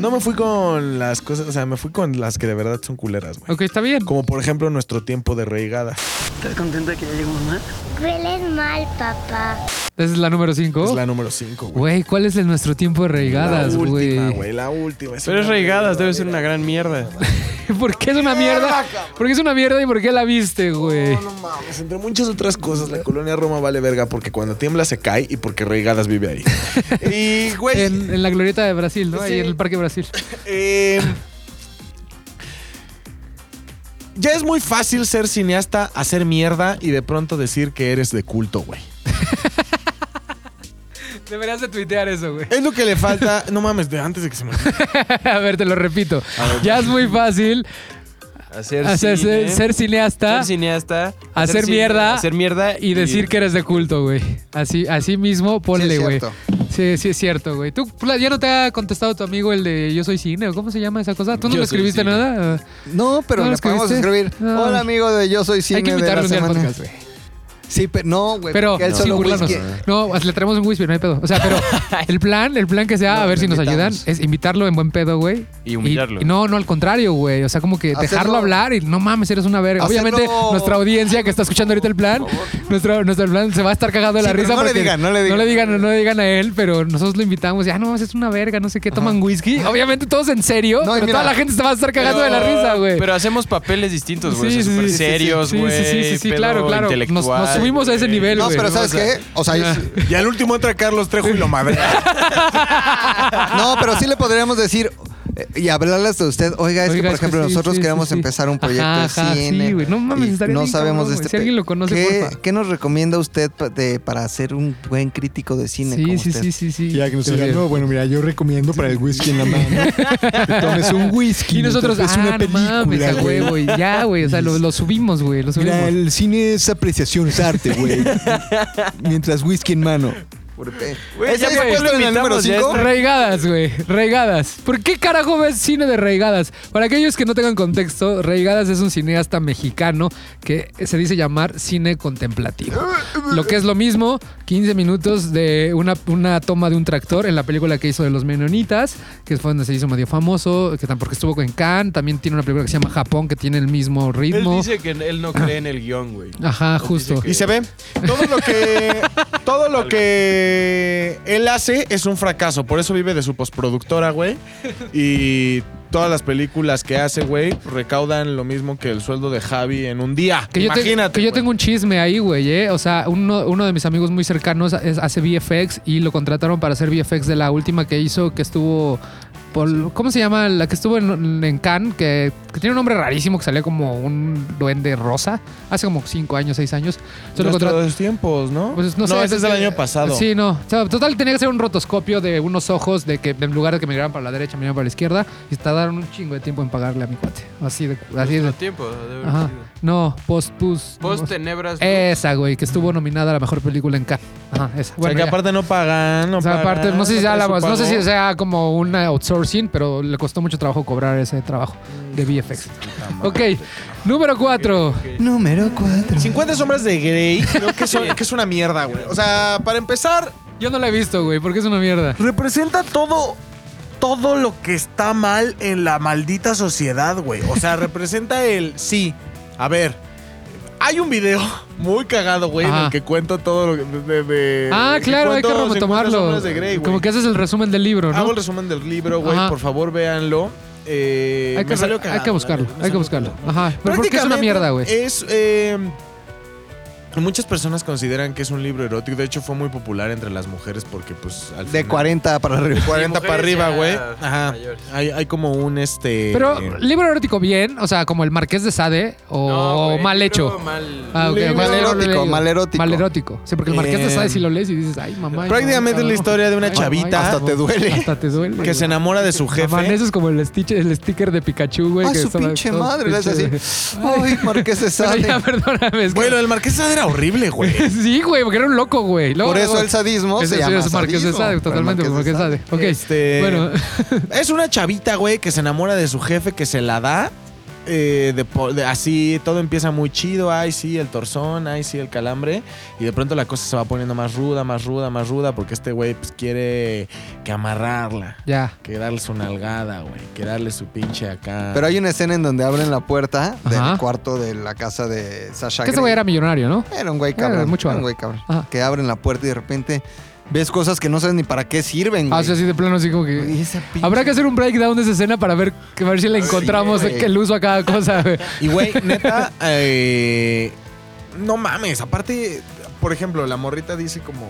No me fui con las cosas, o sea, me fui con las que de verdad son culeras, güey.
Ok, está bien.
Como por ejemplo nuestro tiempo de reigada.
¿Estás contento de que ya llegó mamá?
Hueles mal, papá.
Esa es la número
Es
5.
la número 5, güey.
Oh. Güey, ¿cuál es el nuestro tiempo de reigadas,
La
güey?
última, güey, la última.
Pero es
una
reigadas,
mierda,
debe ser
güey.
una gran mierda.
¿Por qué es una mierda? ¿Por qué es una mierda y por qué la viste, güey?
No mames, entre muchas otras cosas, la colonia Roma vale verga porque cuando tiembla se cae y porque reigadas vive ahí. y, güey,
En, en la glorieta de Brasil, ¿no? Ahí en el Parque Brasil.
Eh, ya es muy fácil ser cineasta, hacer mierda y de pronto decir que eres de culto, güey.
Deberías de tuitear eso, güey.
Es lo que le falta. No mames, de antes de que se me.
A ver, te lo repito. Ya es muy fácil
Hacer
hacer-
cine,
ser, ser cineasta
ser cineasta,
hacer
cine,
mierda
hacer mierda
y decir que eres de culto, güey. Así, así mismo, ponle, güey.
cierto.
Sí, sí, es cierto, güey. ¿Tú Pla, ya no te ha contestado tu amigo el de Yo soy cine o cómo se llama esa cosa? ¿Tú no
Yo
le
soy
escribiste
cine.
nada?
No, pero
¿No lo
le podemos
escribiste?
escribir.
No.
Hola, amigo de Yo Soy Cine
Ah. Hay que
de la
invitarlo un día al
semana.
podcast, güey.
Sí, pero no, güey.
Pero,
Pues, porque él
sin
solo
burlarnos.
whisky-
No, le traemos un whisky, no hay pedo. O sea, pero el plan, el plan que sea, a ver si nos ayudan, es invitarlo en buen pedo, güey.
Y humillarlo.
Y- y no, no, al contrario, güey. O sea, como que
Hacerlo-
dejarlo hablar y no mames, eres una verga.
Hacerlo-
Obviamente, nuestra audiencia que está escuchando ahorita el plan, nuestro, nuestro plan se va a estar cagado de
Sí,
la
pero
risa.
no le
porque
digan, no le digan.
No le digan, no le digan a él, pero nosotros lo invitamos. Ya, no mames, es una verga, no sé qué, toman whisky. Obviamente, todos en serio,
No, y
pero
mira-
toda la gente se va a estar cagando de la risa, güey.
Pero hacemos papeles distintos, güey. o sea, súper serios,
sí,
güey.
sí, sí, sí, sí,
pedo
claro, claro. Nos, nos
intelectual,
subimos a ese
güey.
nivel,
No,
güey.
pero ¿sabes qué? O sea,
Ya.
sí-
Y al último entra Carlos Trejo y lo madre.
no, pero sí le podrías decir eh, y hablarles de usted. Oiga, es
Oiga,
que, por ejemplo,
sí,
nosotros
sí,
queremos
sí, sí.
empezar un proyecto
Ajá,
de
ajá,
cine.
sí, güey. No mames,
y
estaría
no
bien
sabemos de
cabrón, güey.
este
Si
pe-
alguien lo conoce,
¿Qué,
porfa.
¿Qué nos recomienda usted pa- de- para ser un buen crítico de cine?
Sí,
como
sí,
usted?
sí, sí, sí.
Ya que nos
Qué
digan,
bien.
no, bueno, mira, yo recomiendo para el whisky en la mano. que tomes un whisky.
Y nosotros,
es una
ah, no mames,
película,
a
güey.
huevo, y ya, güey, o sea, lo, lo subimos, güey, lo subimos.
Mira, el cine es apreciación, es arte, güey. Mientras whisky en mano.
Por- eh,
Güey,
¿Ese
ya
es
por qué
puesto
lo
en el número
invitamos? Ya
5?
Reigadas, güey, reigadas. ¿Por qué carajo ves cine de reigadas? Para aquellos que no tengan contexto, Reigadas es un cineasta mexicano que se dice llamar cine contemplativo. Lo que es lo mismo, 15 minutos de una, una toma de un tractor en la película que hizo de los menonitas, que fue donde se hizo medio famoso, que tampoco estuvo en Cannes, también tiene una película que se llama Japón, que tiene el mismo
Él
ritmo.
dice que él no cree en el guión, güey.
Ajá, justo.
que-
Y se ve. Todo lo que. Todo lo que él hace es un fracaso. Por eso vive de su postproductora, güey. Y todas las películas que hace, güey, recaudan lo mismo que el sueldo de Javi en un día.
Que yo, te-
Imagínate.
que yo
güey.
tengo un chisme ahí, güey, ¿eh? O sea, uno, uno de mis amigos muy cercanos es- hace VFX y lo contrataron para hacer VFX de la última que hizo, que estuvo... por- ¿Cómo se llama? La que estuvo en, en Cannes, que, que tiene un nombre rarísimo, que salía como un duende rosa, hace como 5 años, 6 años. Entonces lo contrataron-
Nuestros tiempos, ¿no?
pues,
no,
sé,
ese es del
que-
año pasado.
Sí, no. O sea, total, tenía que hacer un rotoscopio de unos ojos de que en lugar de que me miraran para la derecha, me miraran para la izquierda. Y tardaron un chingo de tiempo en pagarle a mi cuate. Así de... Así de
Nuestro
Pues,
tiempo, debe haber
Ajá. Eh,
sido.
No, post, pus-
Post tenebras.
esa, güey, que estuvo nominada a la mejor película en Cannes. Ajá, esa.
o sea,
Bueno,
que
ya.
aparte no pagan, no
O sea, aparte,
pagan,
no sé si sea
traen
la-
su
no sé
pago.
si sea como un outsourcing, pero le costó mucho trabajo cobrar ese trabajo de VFX. Ok, número cuatro.
Número 4.
50 sombras de Grey, creo que, son- que es una mierda, güey. O sea, para empezar,
Yo no la he visto, güey, porque es una mierda.
Eh,
Representa todo. Todo lo que está mal en la maldita sociedad, güey.
o sea, representa el sí. A ver, hay un video muy cagado, güey, en
Ajá.
el que cuento todo lo que. de- de-
Ah,
de-
claro, hay que
cuento 50
retomarlo.
sombras de Grey, güey. Ah,
Como que haces el resumen del libro,
Hago
¿no?
el resumen del libro, güey.
Ajá.
Por favor, véanlo. Eh,
Hay que,
me salió
hay
cagado,
que buscarlo,
la neta, me
hay que
salió
buscarlo.
cagado.
Ajá, pero porque es una
Prácticamente
mierda, güey.
Es. eh, Muchas personas consideran que es un libro erótico. De hecho, fue muy popular entre las mujeres porque, pues, al
De
final-
40 para arriba.
40
Sí,
para
mujeres
arriba,
ya
güey. Ajá.
mayores.
Hay, hay como un este.
Pero
eh,
libro erótico bien, o sea, como El Marqués de Sade o mal hecho. Ah, ok,
Libro
mal
erótico,
leído.
mal erótico.
Mal erótico. Sí, porque el marqués
Eh,
te sabe si lo lees y dices, ay, mamá. ay,
prácticamente es
mamá,
la historia de una
ay,
chavita.
mamá,
Hasta
ay,
te duele.
Hasta te duele.
que se enamora de su jefe.
Eso es como el sticker, el sticker de Pikachu, güey.
Ay,
que
Ah, su
estaba-
pinche
todo
madre. Le hace
pinche-
así. Ay, ¿por qué se
Pero
sale?
ya, perdóname. es que-
Güey, lo del Marqués de Sade era horrible, güey.
sí, güey, porque era un loco, güey. Luego-
Por eso el sadismo
Ese
se
sí
llama
es Marqués de
sadismo,
Sade,
por el
totalmente, por
Marqués
Marqués
de eh,
de Sade. Ok.
Este-
Bueno,
Es una chavita, güey, que se enamora de su jefe, que se la da. eh, de po- de- así, todo empieza muy chido, ay sí, el torzón, ay sí, el calambre, y de pronto la cosa se va poniendo más ruda, más ruda, más ruda, porque este güey pues, quiere que amarrarla,
Ya.
que darle su nalgada, güey, que darle su pinche acá.
Pero hay una escena en donde abren la puerta del
Ah. Ajá.
cuarto de la casa de Sasha
Que ese
Grey.
güey era millonario, ¿no?
Era un güey
Era
cabrón. Era,
mucho
un
varo.
güey cabrón.
Ajá.
Que abren la puerta y de repente ves cosas que no sabes ni para qué sirven, güey.
Ah, o sea, así de plano, así como que.
Y esa pinche-
Habrá que hacer un breakdown de esa escena para ver, que- a ver si le encontramos
güey.
el uso a cada cosa, güey.
Y güey, neta, eh, no mames. Aparte, por ejemplo, la morrita dice como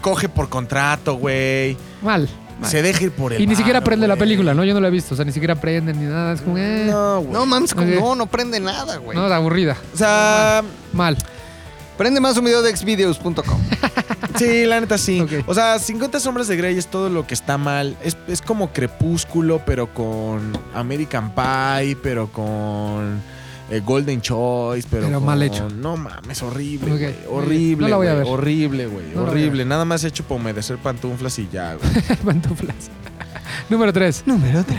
coge por contrato, güey.
Mal.
Se deja ir por el.
Y ni siquiera
varo,
aprende la
güey.
película, ¿no? Yo no la he visto. O sea, ni siquiera aprenden ni nada. Es como, eh. No,
No, güey.
No mames, como-
Ok.
no, no prende nada, güey.
de aburrida.
o sea,
Mal.
Prende más un video de xvideos.com.
sí, la neta sí.
Ok.
O sea, 50 sombras de Grey es todo lo que está mal. Es, es como Crepúsculo, pero con American Pie, pero con eh, Golden Choice, pero,
Pero
con-
mal hecho.
No mames, horrible,
Ok.
güey.
No
Horrible,
la voy a
güey,
ver.
horrible, güey,
No la voy a
horrible. Nada más hecho para humedecer pantuflas y ya, güey.
Pantuflas. Número 3.
Número 3.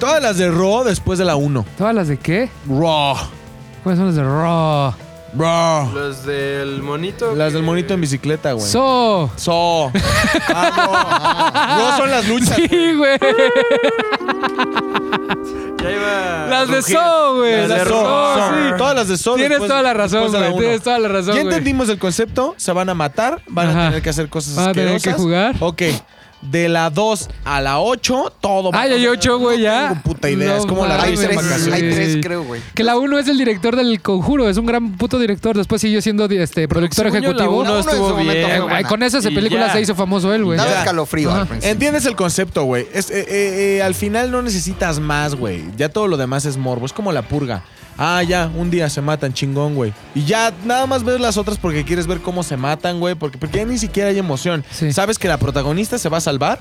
Todas las de Raw después de la 1.
¿Todas las de qué?
Raw.
¿Cuáles son las de Raw?
Raw.
Los del monito.
Las del monito en bicicleta, güey.
So.
So. Vamos. Raw son las luchas.
Sí, güey.
Ya iba.
Las de
rugir.
So, güey.
Las de
So,
So.
sí.
Todas las de So.
Tienes
después-
toda la razón,
después de la
güey.
uno.
Tienes toda la razón,
Ya
güey.
entendimos el concepto. Se van a matar. Van
Ajá.
a tener que hacer cosas
Van a tener que
asquerosas.
jugar.
Ok. De la 2 a la 8, todo va
Ay, hay ocho, güey, ya.
tengo puta idea, es como la
Hay
risa en
mames,
tres,
vacaciones.
hay
güey.
tres, creo, güey.
Que la uno es el director del conjuro, es un gran puto director. Después siguió siendo este, productor
Según yo, la
ejecutivo.
uno
La uno en
estuvo
su momento
bien.
fue
Eh,
güey.
güey, con esas
Y
películas
ya.
se hizo famoso él, güey.
Ya.
Daba escalofrío
Pues Ajá.
al principio.
Entiendes el concepto, güey. Es, eh, eh, eh, al final no necesitas más, güey. Ya todo lo demás es morbo. Es como la purga. Ah, ya, un día se matan, chingón, güey. Y ya nada más ves las otras porque quieres ver cómo se matan, güey. Porque, porque ya ni siquiera hay emoción.
Sí.
Sabes que la protagonista se va a salvar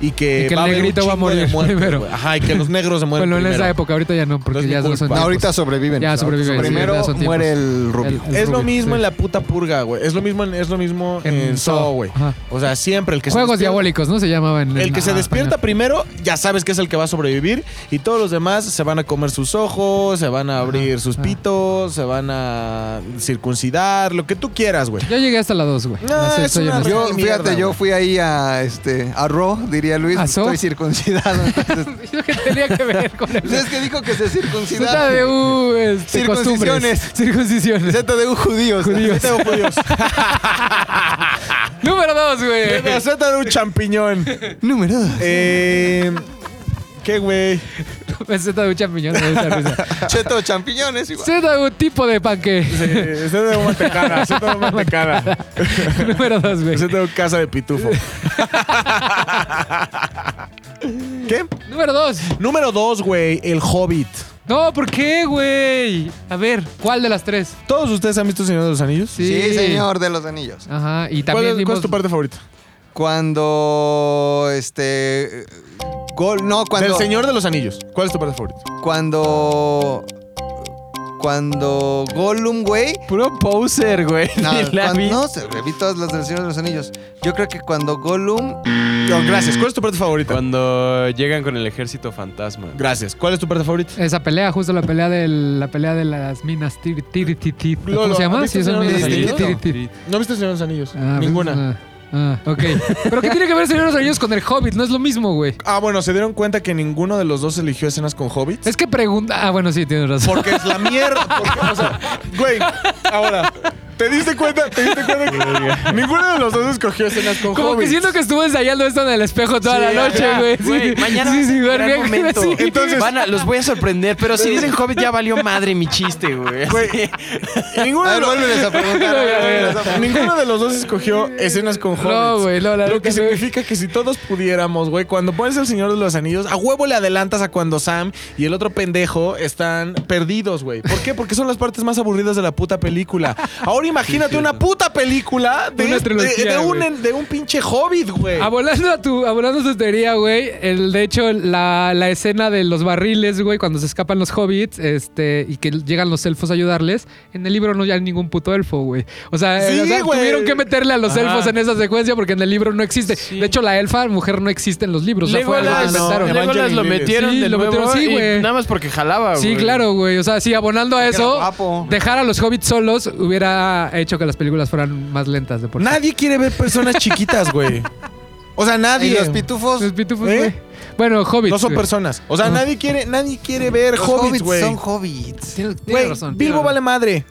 y que,
Y que el
va a haber un
negrito va a
chingo de
morir
muertes,
primero.
güey. Ajá, y que los negros se mueren
Bueno, en
primero.
esa época, ahorita ya no,
No es
porque
mi
ya no son
culpa.
No,
Pues,
ahorita sobreviven.
Ya sobreviven, sí, ya
Primero
son tiempos.
muere el rubio.
El-
Es lo mismo
sí.
en la puta purga, güey. Es lo mismo en, es lo mismo en, Saw, güey.
Ajá.
O sea, siempre el que se
Juegos
despierta-
diabólicos, ¿no? Se llamaban. en-
El que se
ajá,
despierta
español.
primero, ya sabes que es el que va a sobrevivir. Y todos los demás se van a comer sus ojos, se van a abrir sus
ajá.
pitos, se van a circuncidar, lo que tú quieras, güey.
Yo llegué hasta la 2, güey.
No,
Así
es
estoy
una
en esa.
re-
Yo,
Mierda,
fíjate, yo
güey.
fui ahí a este a Ro, diría Luis,
¿A Zo?
estoy circuncidado. Entonces,
Yo que tenía que ver con el.
es que dijo que se
Puta
circuncidaba.
de uh, este,
Circuncisiones.
costumbres. Circuncisiones.
ZDU judíos.
Judíos. Número 2, güey.
Receta de un champiñón.
Número dos.
Eh, ¿Qué, güey?
Receta de un Pues, champiñón. me da risa.
Cheto de champiñones. igual.
Receta de un tipo de panque.
Receta de mantecada, receta de mantecada.
Número 2, güey.
Receta de casa de pitufo. ¿Qué?
Número 2.
Número dos, güey, el Hobbit.
No, ¿por qué, güey? A ver, ¿cuál de las tres?
¿Todos ustedes han visto Señor de los Anillos?
Sí, señor de los anillos.
Ajá, y
¿Cuál,
también
es- cuál
vimos...
es tu parte favorita?
Cuando este gol, no, cuando
Del Señor de los Anillos. ¿Cuál es tu parte favorita?
cuando cuando Gollum, güey.
Puro poser, güey.
No,
Ni la
cuando-
vi.
no sé, güey, vi todas las del Señor de los Anillos. Yo creo que cuando Gollum
No, gracias. ¿Cuál es tu parte favorita?
Cuando llegan con el ejército fantasma.
Gracias. ¿Cuál es tu parte favorita?
Esa pelea, justo la pelea de la pelea de las minas tir, tir, tir, tir-
Lolo,
¿Cómo se llama?
¿has
Sí,
visto
son
Señor de
minas
los
tir,
Anillos?
tir, tir.
¿No viste Señor de los Anillos?
Ah,
Ninguna.
Ah, ah, ok. ¿Pero qué tiene que ver Señor de los Anillos con el Hobbit? No es lo mismo, güey.
Ah, bueno, se dieron cuenta que ninguno de los dos eligió escenas con hobbits.
Es que pregunta... Ah, bueno, sí, tienes razón.
Porque es la mierda. porque, o sea, güey, ahora, ¿te diste cuenta? ¿Te diste cuenta que ninguno de los dos escogió escenas con
Como que
hobbits?
siento que estuvo ensayando esto en el espejo toda
Sí,
la
ajá,
noche, güey. Sí,
güey, Mañana
sí,
va a ser
sí,
un
ver,
gran
bien,
momento.
sí.
Entonces, van a- los voy a sorprender, pero si dicen Hobbit ya valió madre mi chiste, güey.
Güey, ninguno,
A
de
ver,
los,
vuélveles a preguntar. a ver, vuélveles a preguntar.
ninguno de los dos escogió escenas con hobbits.
No, güey, no, la
Lo
neta
que
no.
significa que si todos pudiéramos, güey, cuando pones el Señor de los Anillos, a huevo le adelantas a cuando Sam y el otro pendejo están perdidos, güey. ¿Por qué? Porque son las partes más aburridas de la puta película. Ahora imagínate una puta película de,
Una
este-
trilogía,
de
güey.
un, de un pinche hobbit, güey.
Ah, volando a tu, a volando a tu teoría, güey. El, de hecho, la, la escena de los barriles, güey, cuando se escapan los hobbits, este, y que llegan los elfos a ayudarles, en el libro no hay ningún puto elfo, güey. O sea,
Sí,
o sea,
güey.
tuvieron que meterle a los
Ajá.
elfos en esa secuencia porque en el libro no existe.
Sí.
De hecho, la elfa mujer no existe en los libros. O sea, fue algo que
Legolas,
no,
inventaron.
Evangeline
Legolas lo
Lillis.
metieron
Sí,
de
lo
nuevo
metieron, sí,
y
güey.
nada más porque jalaba,
Sí,
güey.
claro, güey. O sea, sí, abonando a
Porque era
eso,
guapo.
dejar a los hobbits solos hubiera hecho que las películas fueran más lentas de por sí.
Nadie quiere ver personas chiquitas, güey. O sea,
Y
nadie.
los pitufos.
Los pitufos,
¿Eh?
güey. Bueno, hobbits.
No son
güey.
personas. O sea, nadie quiere, nadie quiere ver
los
hobbits,
hobbits
güey.
son hobbits.
Tienes- tienes
Güey,
razón. tienes
Bilbo
razón.
vale madre.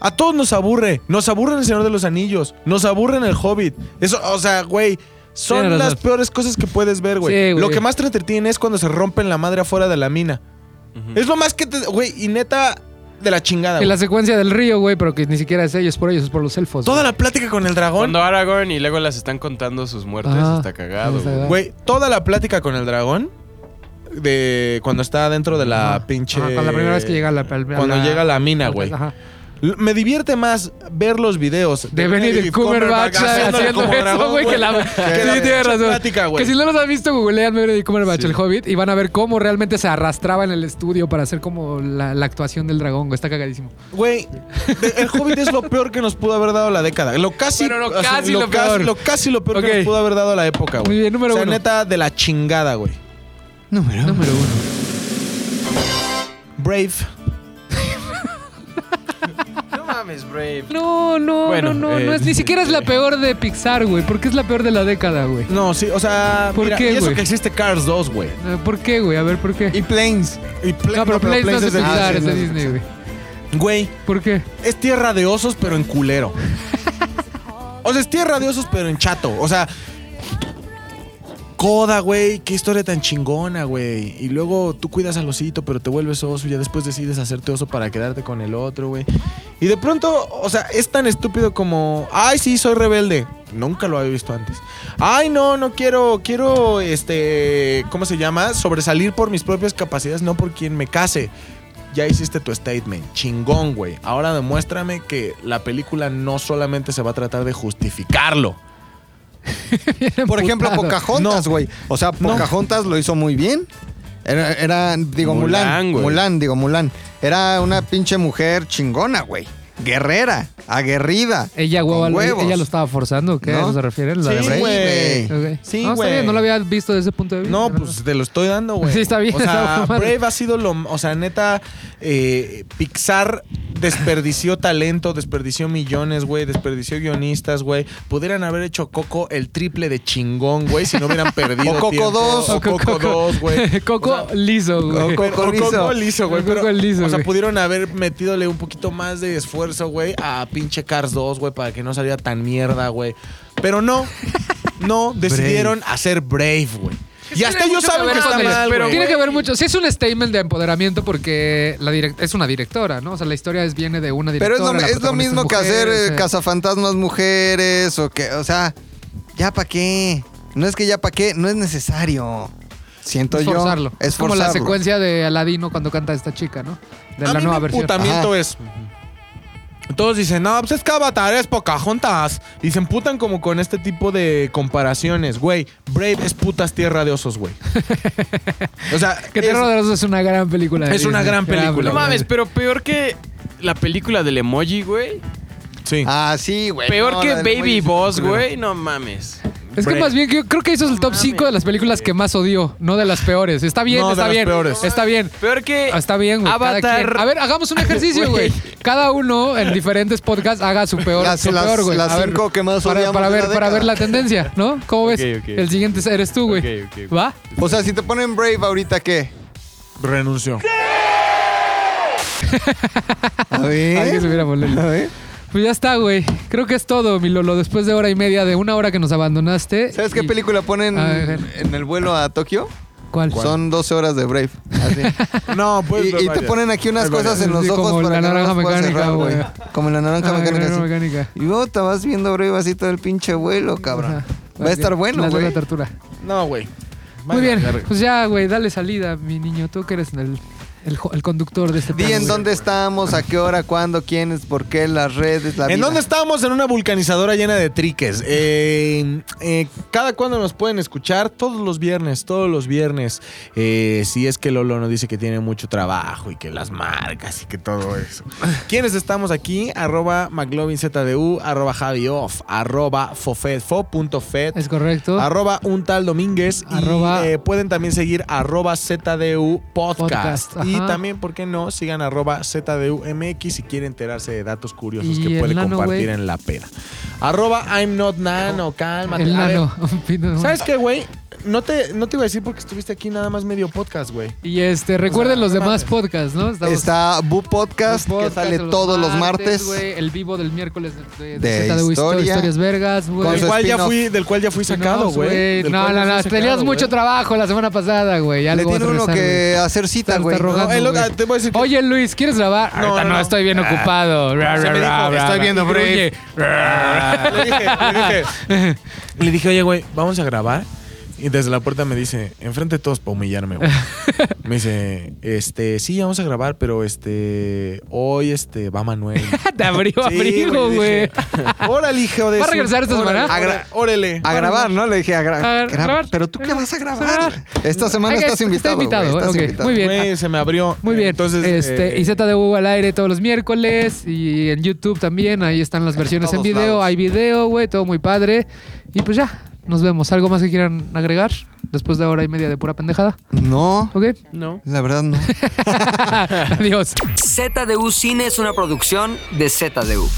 A todos nos aburre. Nos aburre el Señor de los Anillos. Nos aburre en el Hobbit. Eso, o sea, güey. Son
Tienes
las
razón.
peores cosas que puedes ver, güey.
Sí, güey.
Lo que más te entretiene es cuando se rompen la madre afuera de la mina. Es lo más que te. Güey, y neta, de la chingada.
Y
güey.
la secuencia del río, güey, pero que ni siquiera es ellos, por ellos, es por los elfos.
Toda
güey.
la plática con el dragón.
Cuando Aragorn y Legolas están contando sus muertes,
Ah,
está cagado,
está
güey.
cagado.
Güey, toda la plática con el dragón. De cuando está dentro de la
Ajá.
pinche.
Ajá, cuando la primera vez que llega a la. a
Cuando llega a la mina, güey.
Ajá.
L- Me divierte más ver los videos
De Benedict Cumberbatch haciendo eso, güey, que la. Sí,
la pinche
tienes razón.
plática, güey.
Que si no los has visto, googlean Benedict Cumberbatch, el Hobbit, y van a ver cómo realmente se arrastraba en el estudio para hacer como la, la actuación del dragón, güey. Está cagadísimo.
Güey, de- el Hobbit es lo peor que nos pudo haber dado la década. Lo casi,
Bueno, lo
o sea,
casi lo
casi-
peor.
lo casi lo peor
Ok.
que nos pudo haber dado la época, güey.
Muy bien, número
O sea,
uno.
neta de la chingada, güey.
Número uno.
Número uno.
Brave.
No mames, Brave.
No, no,
Bueno,
no, no, no
eh,
es, ni siquiera es la
eh.
peor de Pixar, güey, porque es la peor de la década, güey.
No, sí, o sea,
¿Por
mira,
qué,
y eso
güey?
que existe Cars 2, güey.
Eh, ¿Por qué, güey? A ver, ¿por qué?
Y Planes.
Y Play-
no, pero Place no es de
de- Ah,
Pixar, es de
no es de
Disney, güey.
Güey,
¿Por qué?
es tierra de osos, pero en culero. o sea, es tierra de osos, pero en chato. O sea, coda, güey. Qué historia tan chingona, güey. Y luego tú cuidas al osito, pero te vuelves oso. Y ya después decides hacerte oso para quedarte con el otro, güey. Y de pronto, o sea, es tan estúpido como, ay, sí, soy rebelde. Nunca lo había visto antes. Ay, no, no quiero, quiero, este, ¿cómo se llama? Sobresalir por mis propias capacidades, no por quien me case. Ya hiciste tu statement, chingón, güey. Ahora demuéstrame que la película no solamente se va a tratar de justificarlo.
Por ejemplo,
Emputado.
Pocahontas, güey. O sea, Pocahontas lo hizo muy bien. Era, era, digo,
Mulan,
Mulan.
güey.
Mulan, digo, Mulan. Era una pinche mujer chingona, güey. Guerrera, aguerrida.
Ella,
con
hueva, lo-
huevos.
ella lo estaba forzando, ¿o ¿qué? ¿A
¿No?
¿Eso se refiere? ¿Lo de
Sí,
Brave?
güey.
Ok.
Sí,
no, está
güey.
bien, no lo había visto desde ese punto de vista.
No, pues te lo estoy dando, güey.
Sí, está bien,
O sea,
está mal.
Brave ha sido lo. O sea, neta, eh, Pixar desperdició talento, desperdició millones, güey, desperdició guionistas, güey. Pudieran haber hecho Coco el triple de chingón, güey, si no hubieran perdido.
O Coco
tiempo.
dos.
O Coco 2, güey.
Coco
O sea,
liso, güey.
Coco,
Coco
o Coco
liso.
liso, güey.
Coco
pero,
liso,
o sea,
güey.
pudieron haber metidole un poquito más de esfuerzo, güey, a pinche Cars 2, güey, para que no saliera tan mierda, güey. Pero no, no, decidieron hacer Brave, güey. Y hasta
Tiene
ellos
mucho
saben
ver
que está
con el-
mal,
pero
güey.
Tiene que ver mucho. Sí, es un statement de empoderamiento porque la direc- es una directora, ¿no? O sea, la historia es, viene de una
Pero
directora.
es lo,
la
es lo
protagonista
mismo
es
que
mujer,
hacer
o
eh,
sea.
cazafantasmas mujeres o que, o sea, ya para qué. No es que ya para qué, no es necesario. Siento
Es
yo.
forzarlo.
Es
Es como la
forzarlo.
secuencia de Aladino cuando canta esta chica, ¿no? De
A
la
mí
nueva
mi
versión.
emputamiento es. Todos dicen, no, pues es que Avatar es Pocahontas. Y se emputan como con este tipo de comparaciones. Güey, Brave es putas tierra de osos, güey. o sea,
Que
es-
Terror de Osos es una gran película. de
Es una
Disney.
gran película.
No mames, pero peor que la película del emoji, güey.
Sí.
Ah, sí, güey.
Peor
No,
que
la del
Baby
güey.
Boss, güey. No mames.
Es que
Brave.
más bien, yo creo que hizo el top 5 de las películas que más odió, no de las peores. Está bien,
No, de
está
las
bien.
peores.
Está bien.
Peor que.
Ah, Está bien, güey. cada
Avatar.
quien. A ver, hagamos un ejercicio,
Güey.
güey. Cada uno en diferentes podcasts haga su peor,
Las-
su
las-
peor, güey.
las
A ver,
cinco que más
para,
odiamos
para
de
ver,
la
para ver
década.
la tendencia, ¿no? ¿Cómo ves?
Ok, ok.
El siguiente eres tú, güey.
Ok, ok, ok.
¿Va?
O sea, si te ponen Brave ahorita, ¿qué?
Renunció.
A ver.
Alguien se hubiera molido.
A ver.
Pues ya está, güey. Creo que es todo, mi Lolo. Después de hora y media, de una hora que nos abandonaste.
¿Sabes qué
Y-
película ponen
A ver.
en el vuelo a Tokio?
¿Cuál?
Son 12 horas de Brave. Así.
No, pues.
y, y te ponen aquí unas
Hay
cosas
varias.
en los
Sí,
ojos
como
para que
la
no
naranja
las puedas
mecánica,
cerrar,
güey.
Como en la naranja
Ah,
mecánica.
Guerrero
así.
mecánica.
Y luego te vas viendo Brave así todo el pinche vuelo, cabrón.
Ajá.
Va a estar bueno,
Las de
güey.
la tortura.
No, güey.
Muy
Vale,
bien,
verga.
pues ya, güey, dale salida, mi niño. Tú que eres el el, jo- el conductor de este
Di en
programa.
dónde estamos, a qué hora, cuándo, quiénes, por qué, las redes, la
¿En
vida.
dónde estábamos? En una vulcanizadora llena de triques. Eh, eh, ¿Cada cuándo nos pueden escuchar? Todos los viernes, todos los viernes. Eh, si es que Lolo nos dice que tiene mucho trabajo y que las marcas y que todo eso. ¿Quiénes estamos aquí? Arroba McLovinZDU, arroba JaviOff, arroba Fofed, fo.fed,
Es correcto.
arroba un tal Domínguez. y,
Arroba-
eh, pueden también seguir arroba ZDU Podcast.
Podcast, ajá.
y también, ¿por qué no? Sigan arroba ZDU MX si quieren enterarse de datos curiosos
Y
que
el
puede
nano,
compartir
güey.
en la peda. Arroba I'm not nano, cálmate.
el
A ver,
nano. Pino.
¿Sabes qué, güey? No te, no te iba a decir porque estuviste aquí nada más medio podcast, güey.
Y este, recuerden los demás podcasts, ¿no? Estamos-
Está Bu Podcast,
podcast
que sale
de
todos los martes.
güey, el vivo del miércoles de, de,
De
ZDU
historia.
Historias Vergas, güey.
Con
Del
su
cual, ya
spin-off.
fui, del cual ya fui sacado,
Spin-offs,
güey. Del
No,
cual
no,
ya
no.
fui
Tenías
sacado,
mucho
güey.
trabajo la semana pasada, güey.
Le
Algo vas
tiene
a
uno
regresar,
que hacer
güey.
cita,
Está-
güey.
está rogando,
No, el otro-
güey.
ah, te voy a decir que-
Oye, Luis, ¿quieres grabar?
No,
Ahorita
no,
no,
no.
estoy bien ocupado. Ra,
Se
ra,
me dijo,
ra, ra,
estoy
ra.
viendo
Y gruñe.
le dije, le dije, le dije, oye, güey, vamos a grabar. Y desde la puerta me dice, enfrente de todos para humillarme, güey. Me dice, este, sí, vamos a grabar, pero este, hoy este, va Manuel.
Te abrió
Sí,
abrigo,
le
güey.
dije, Órale, hijo de
¿Va a
su-
regresar esta
órale,
semana?
órale, Órale.
A grabar, ¿no? Le dije a, gra-
A ver,
gra-
grabar.
Pero tú qué vas a
Grabar.
grabar? Esta semana
Ok,
estás
está
invitado. güey,
invitado,
estás
ok,
invitado.
muy bien.
Güey, se me abrió.
Muy bien.
Entonces,
este,
eh,
y ZDU al aire todos los miércoles y en YouTube también. Ahí están las versiones en
todos
video.
lados.
Hay video, güey, todo muy padre. Y pues ya, nos vemos. ¿Algo más que quieran agregar después de hora y media de pura pendejada?
No,
¿Ok?
No.
la verdad no.
Adiós.
ZDU Cine es una producción de ZDU.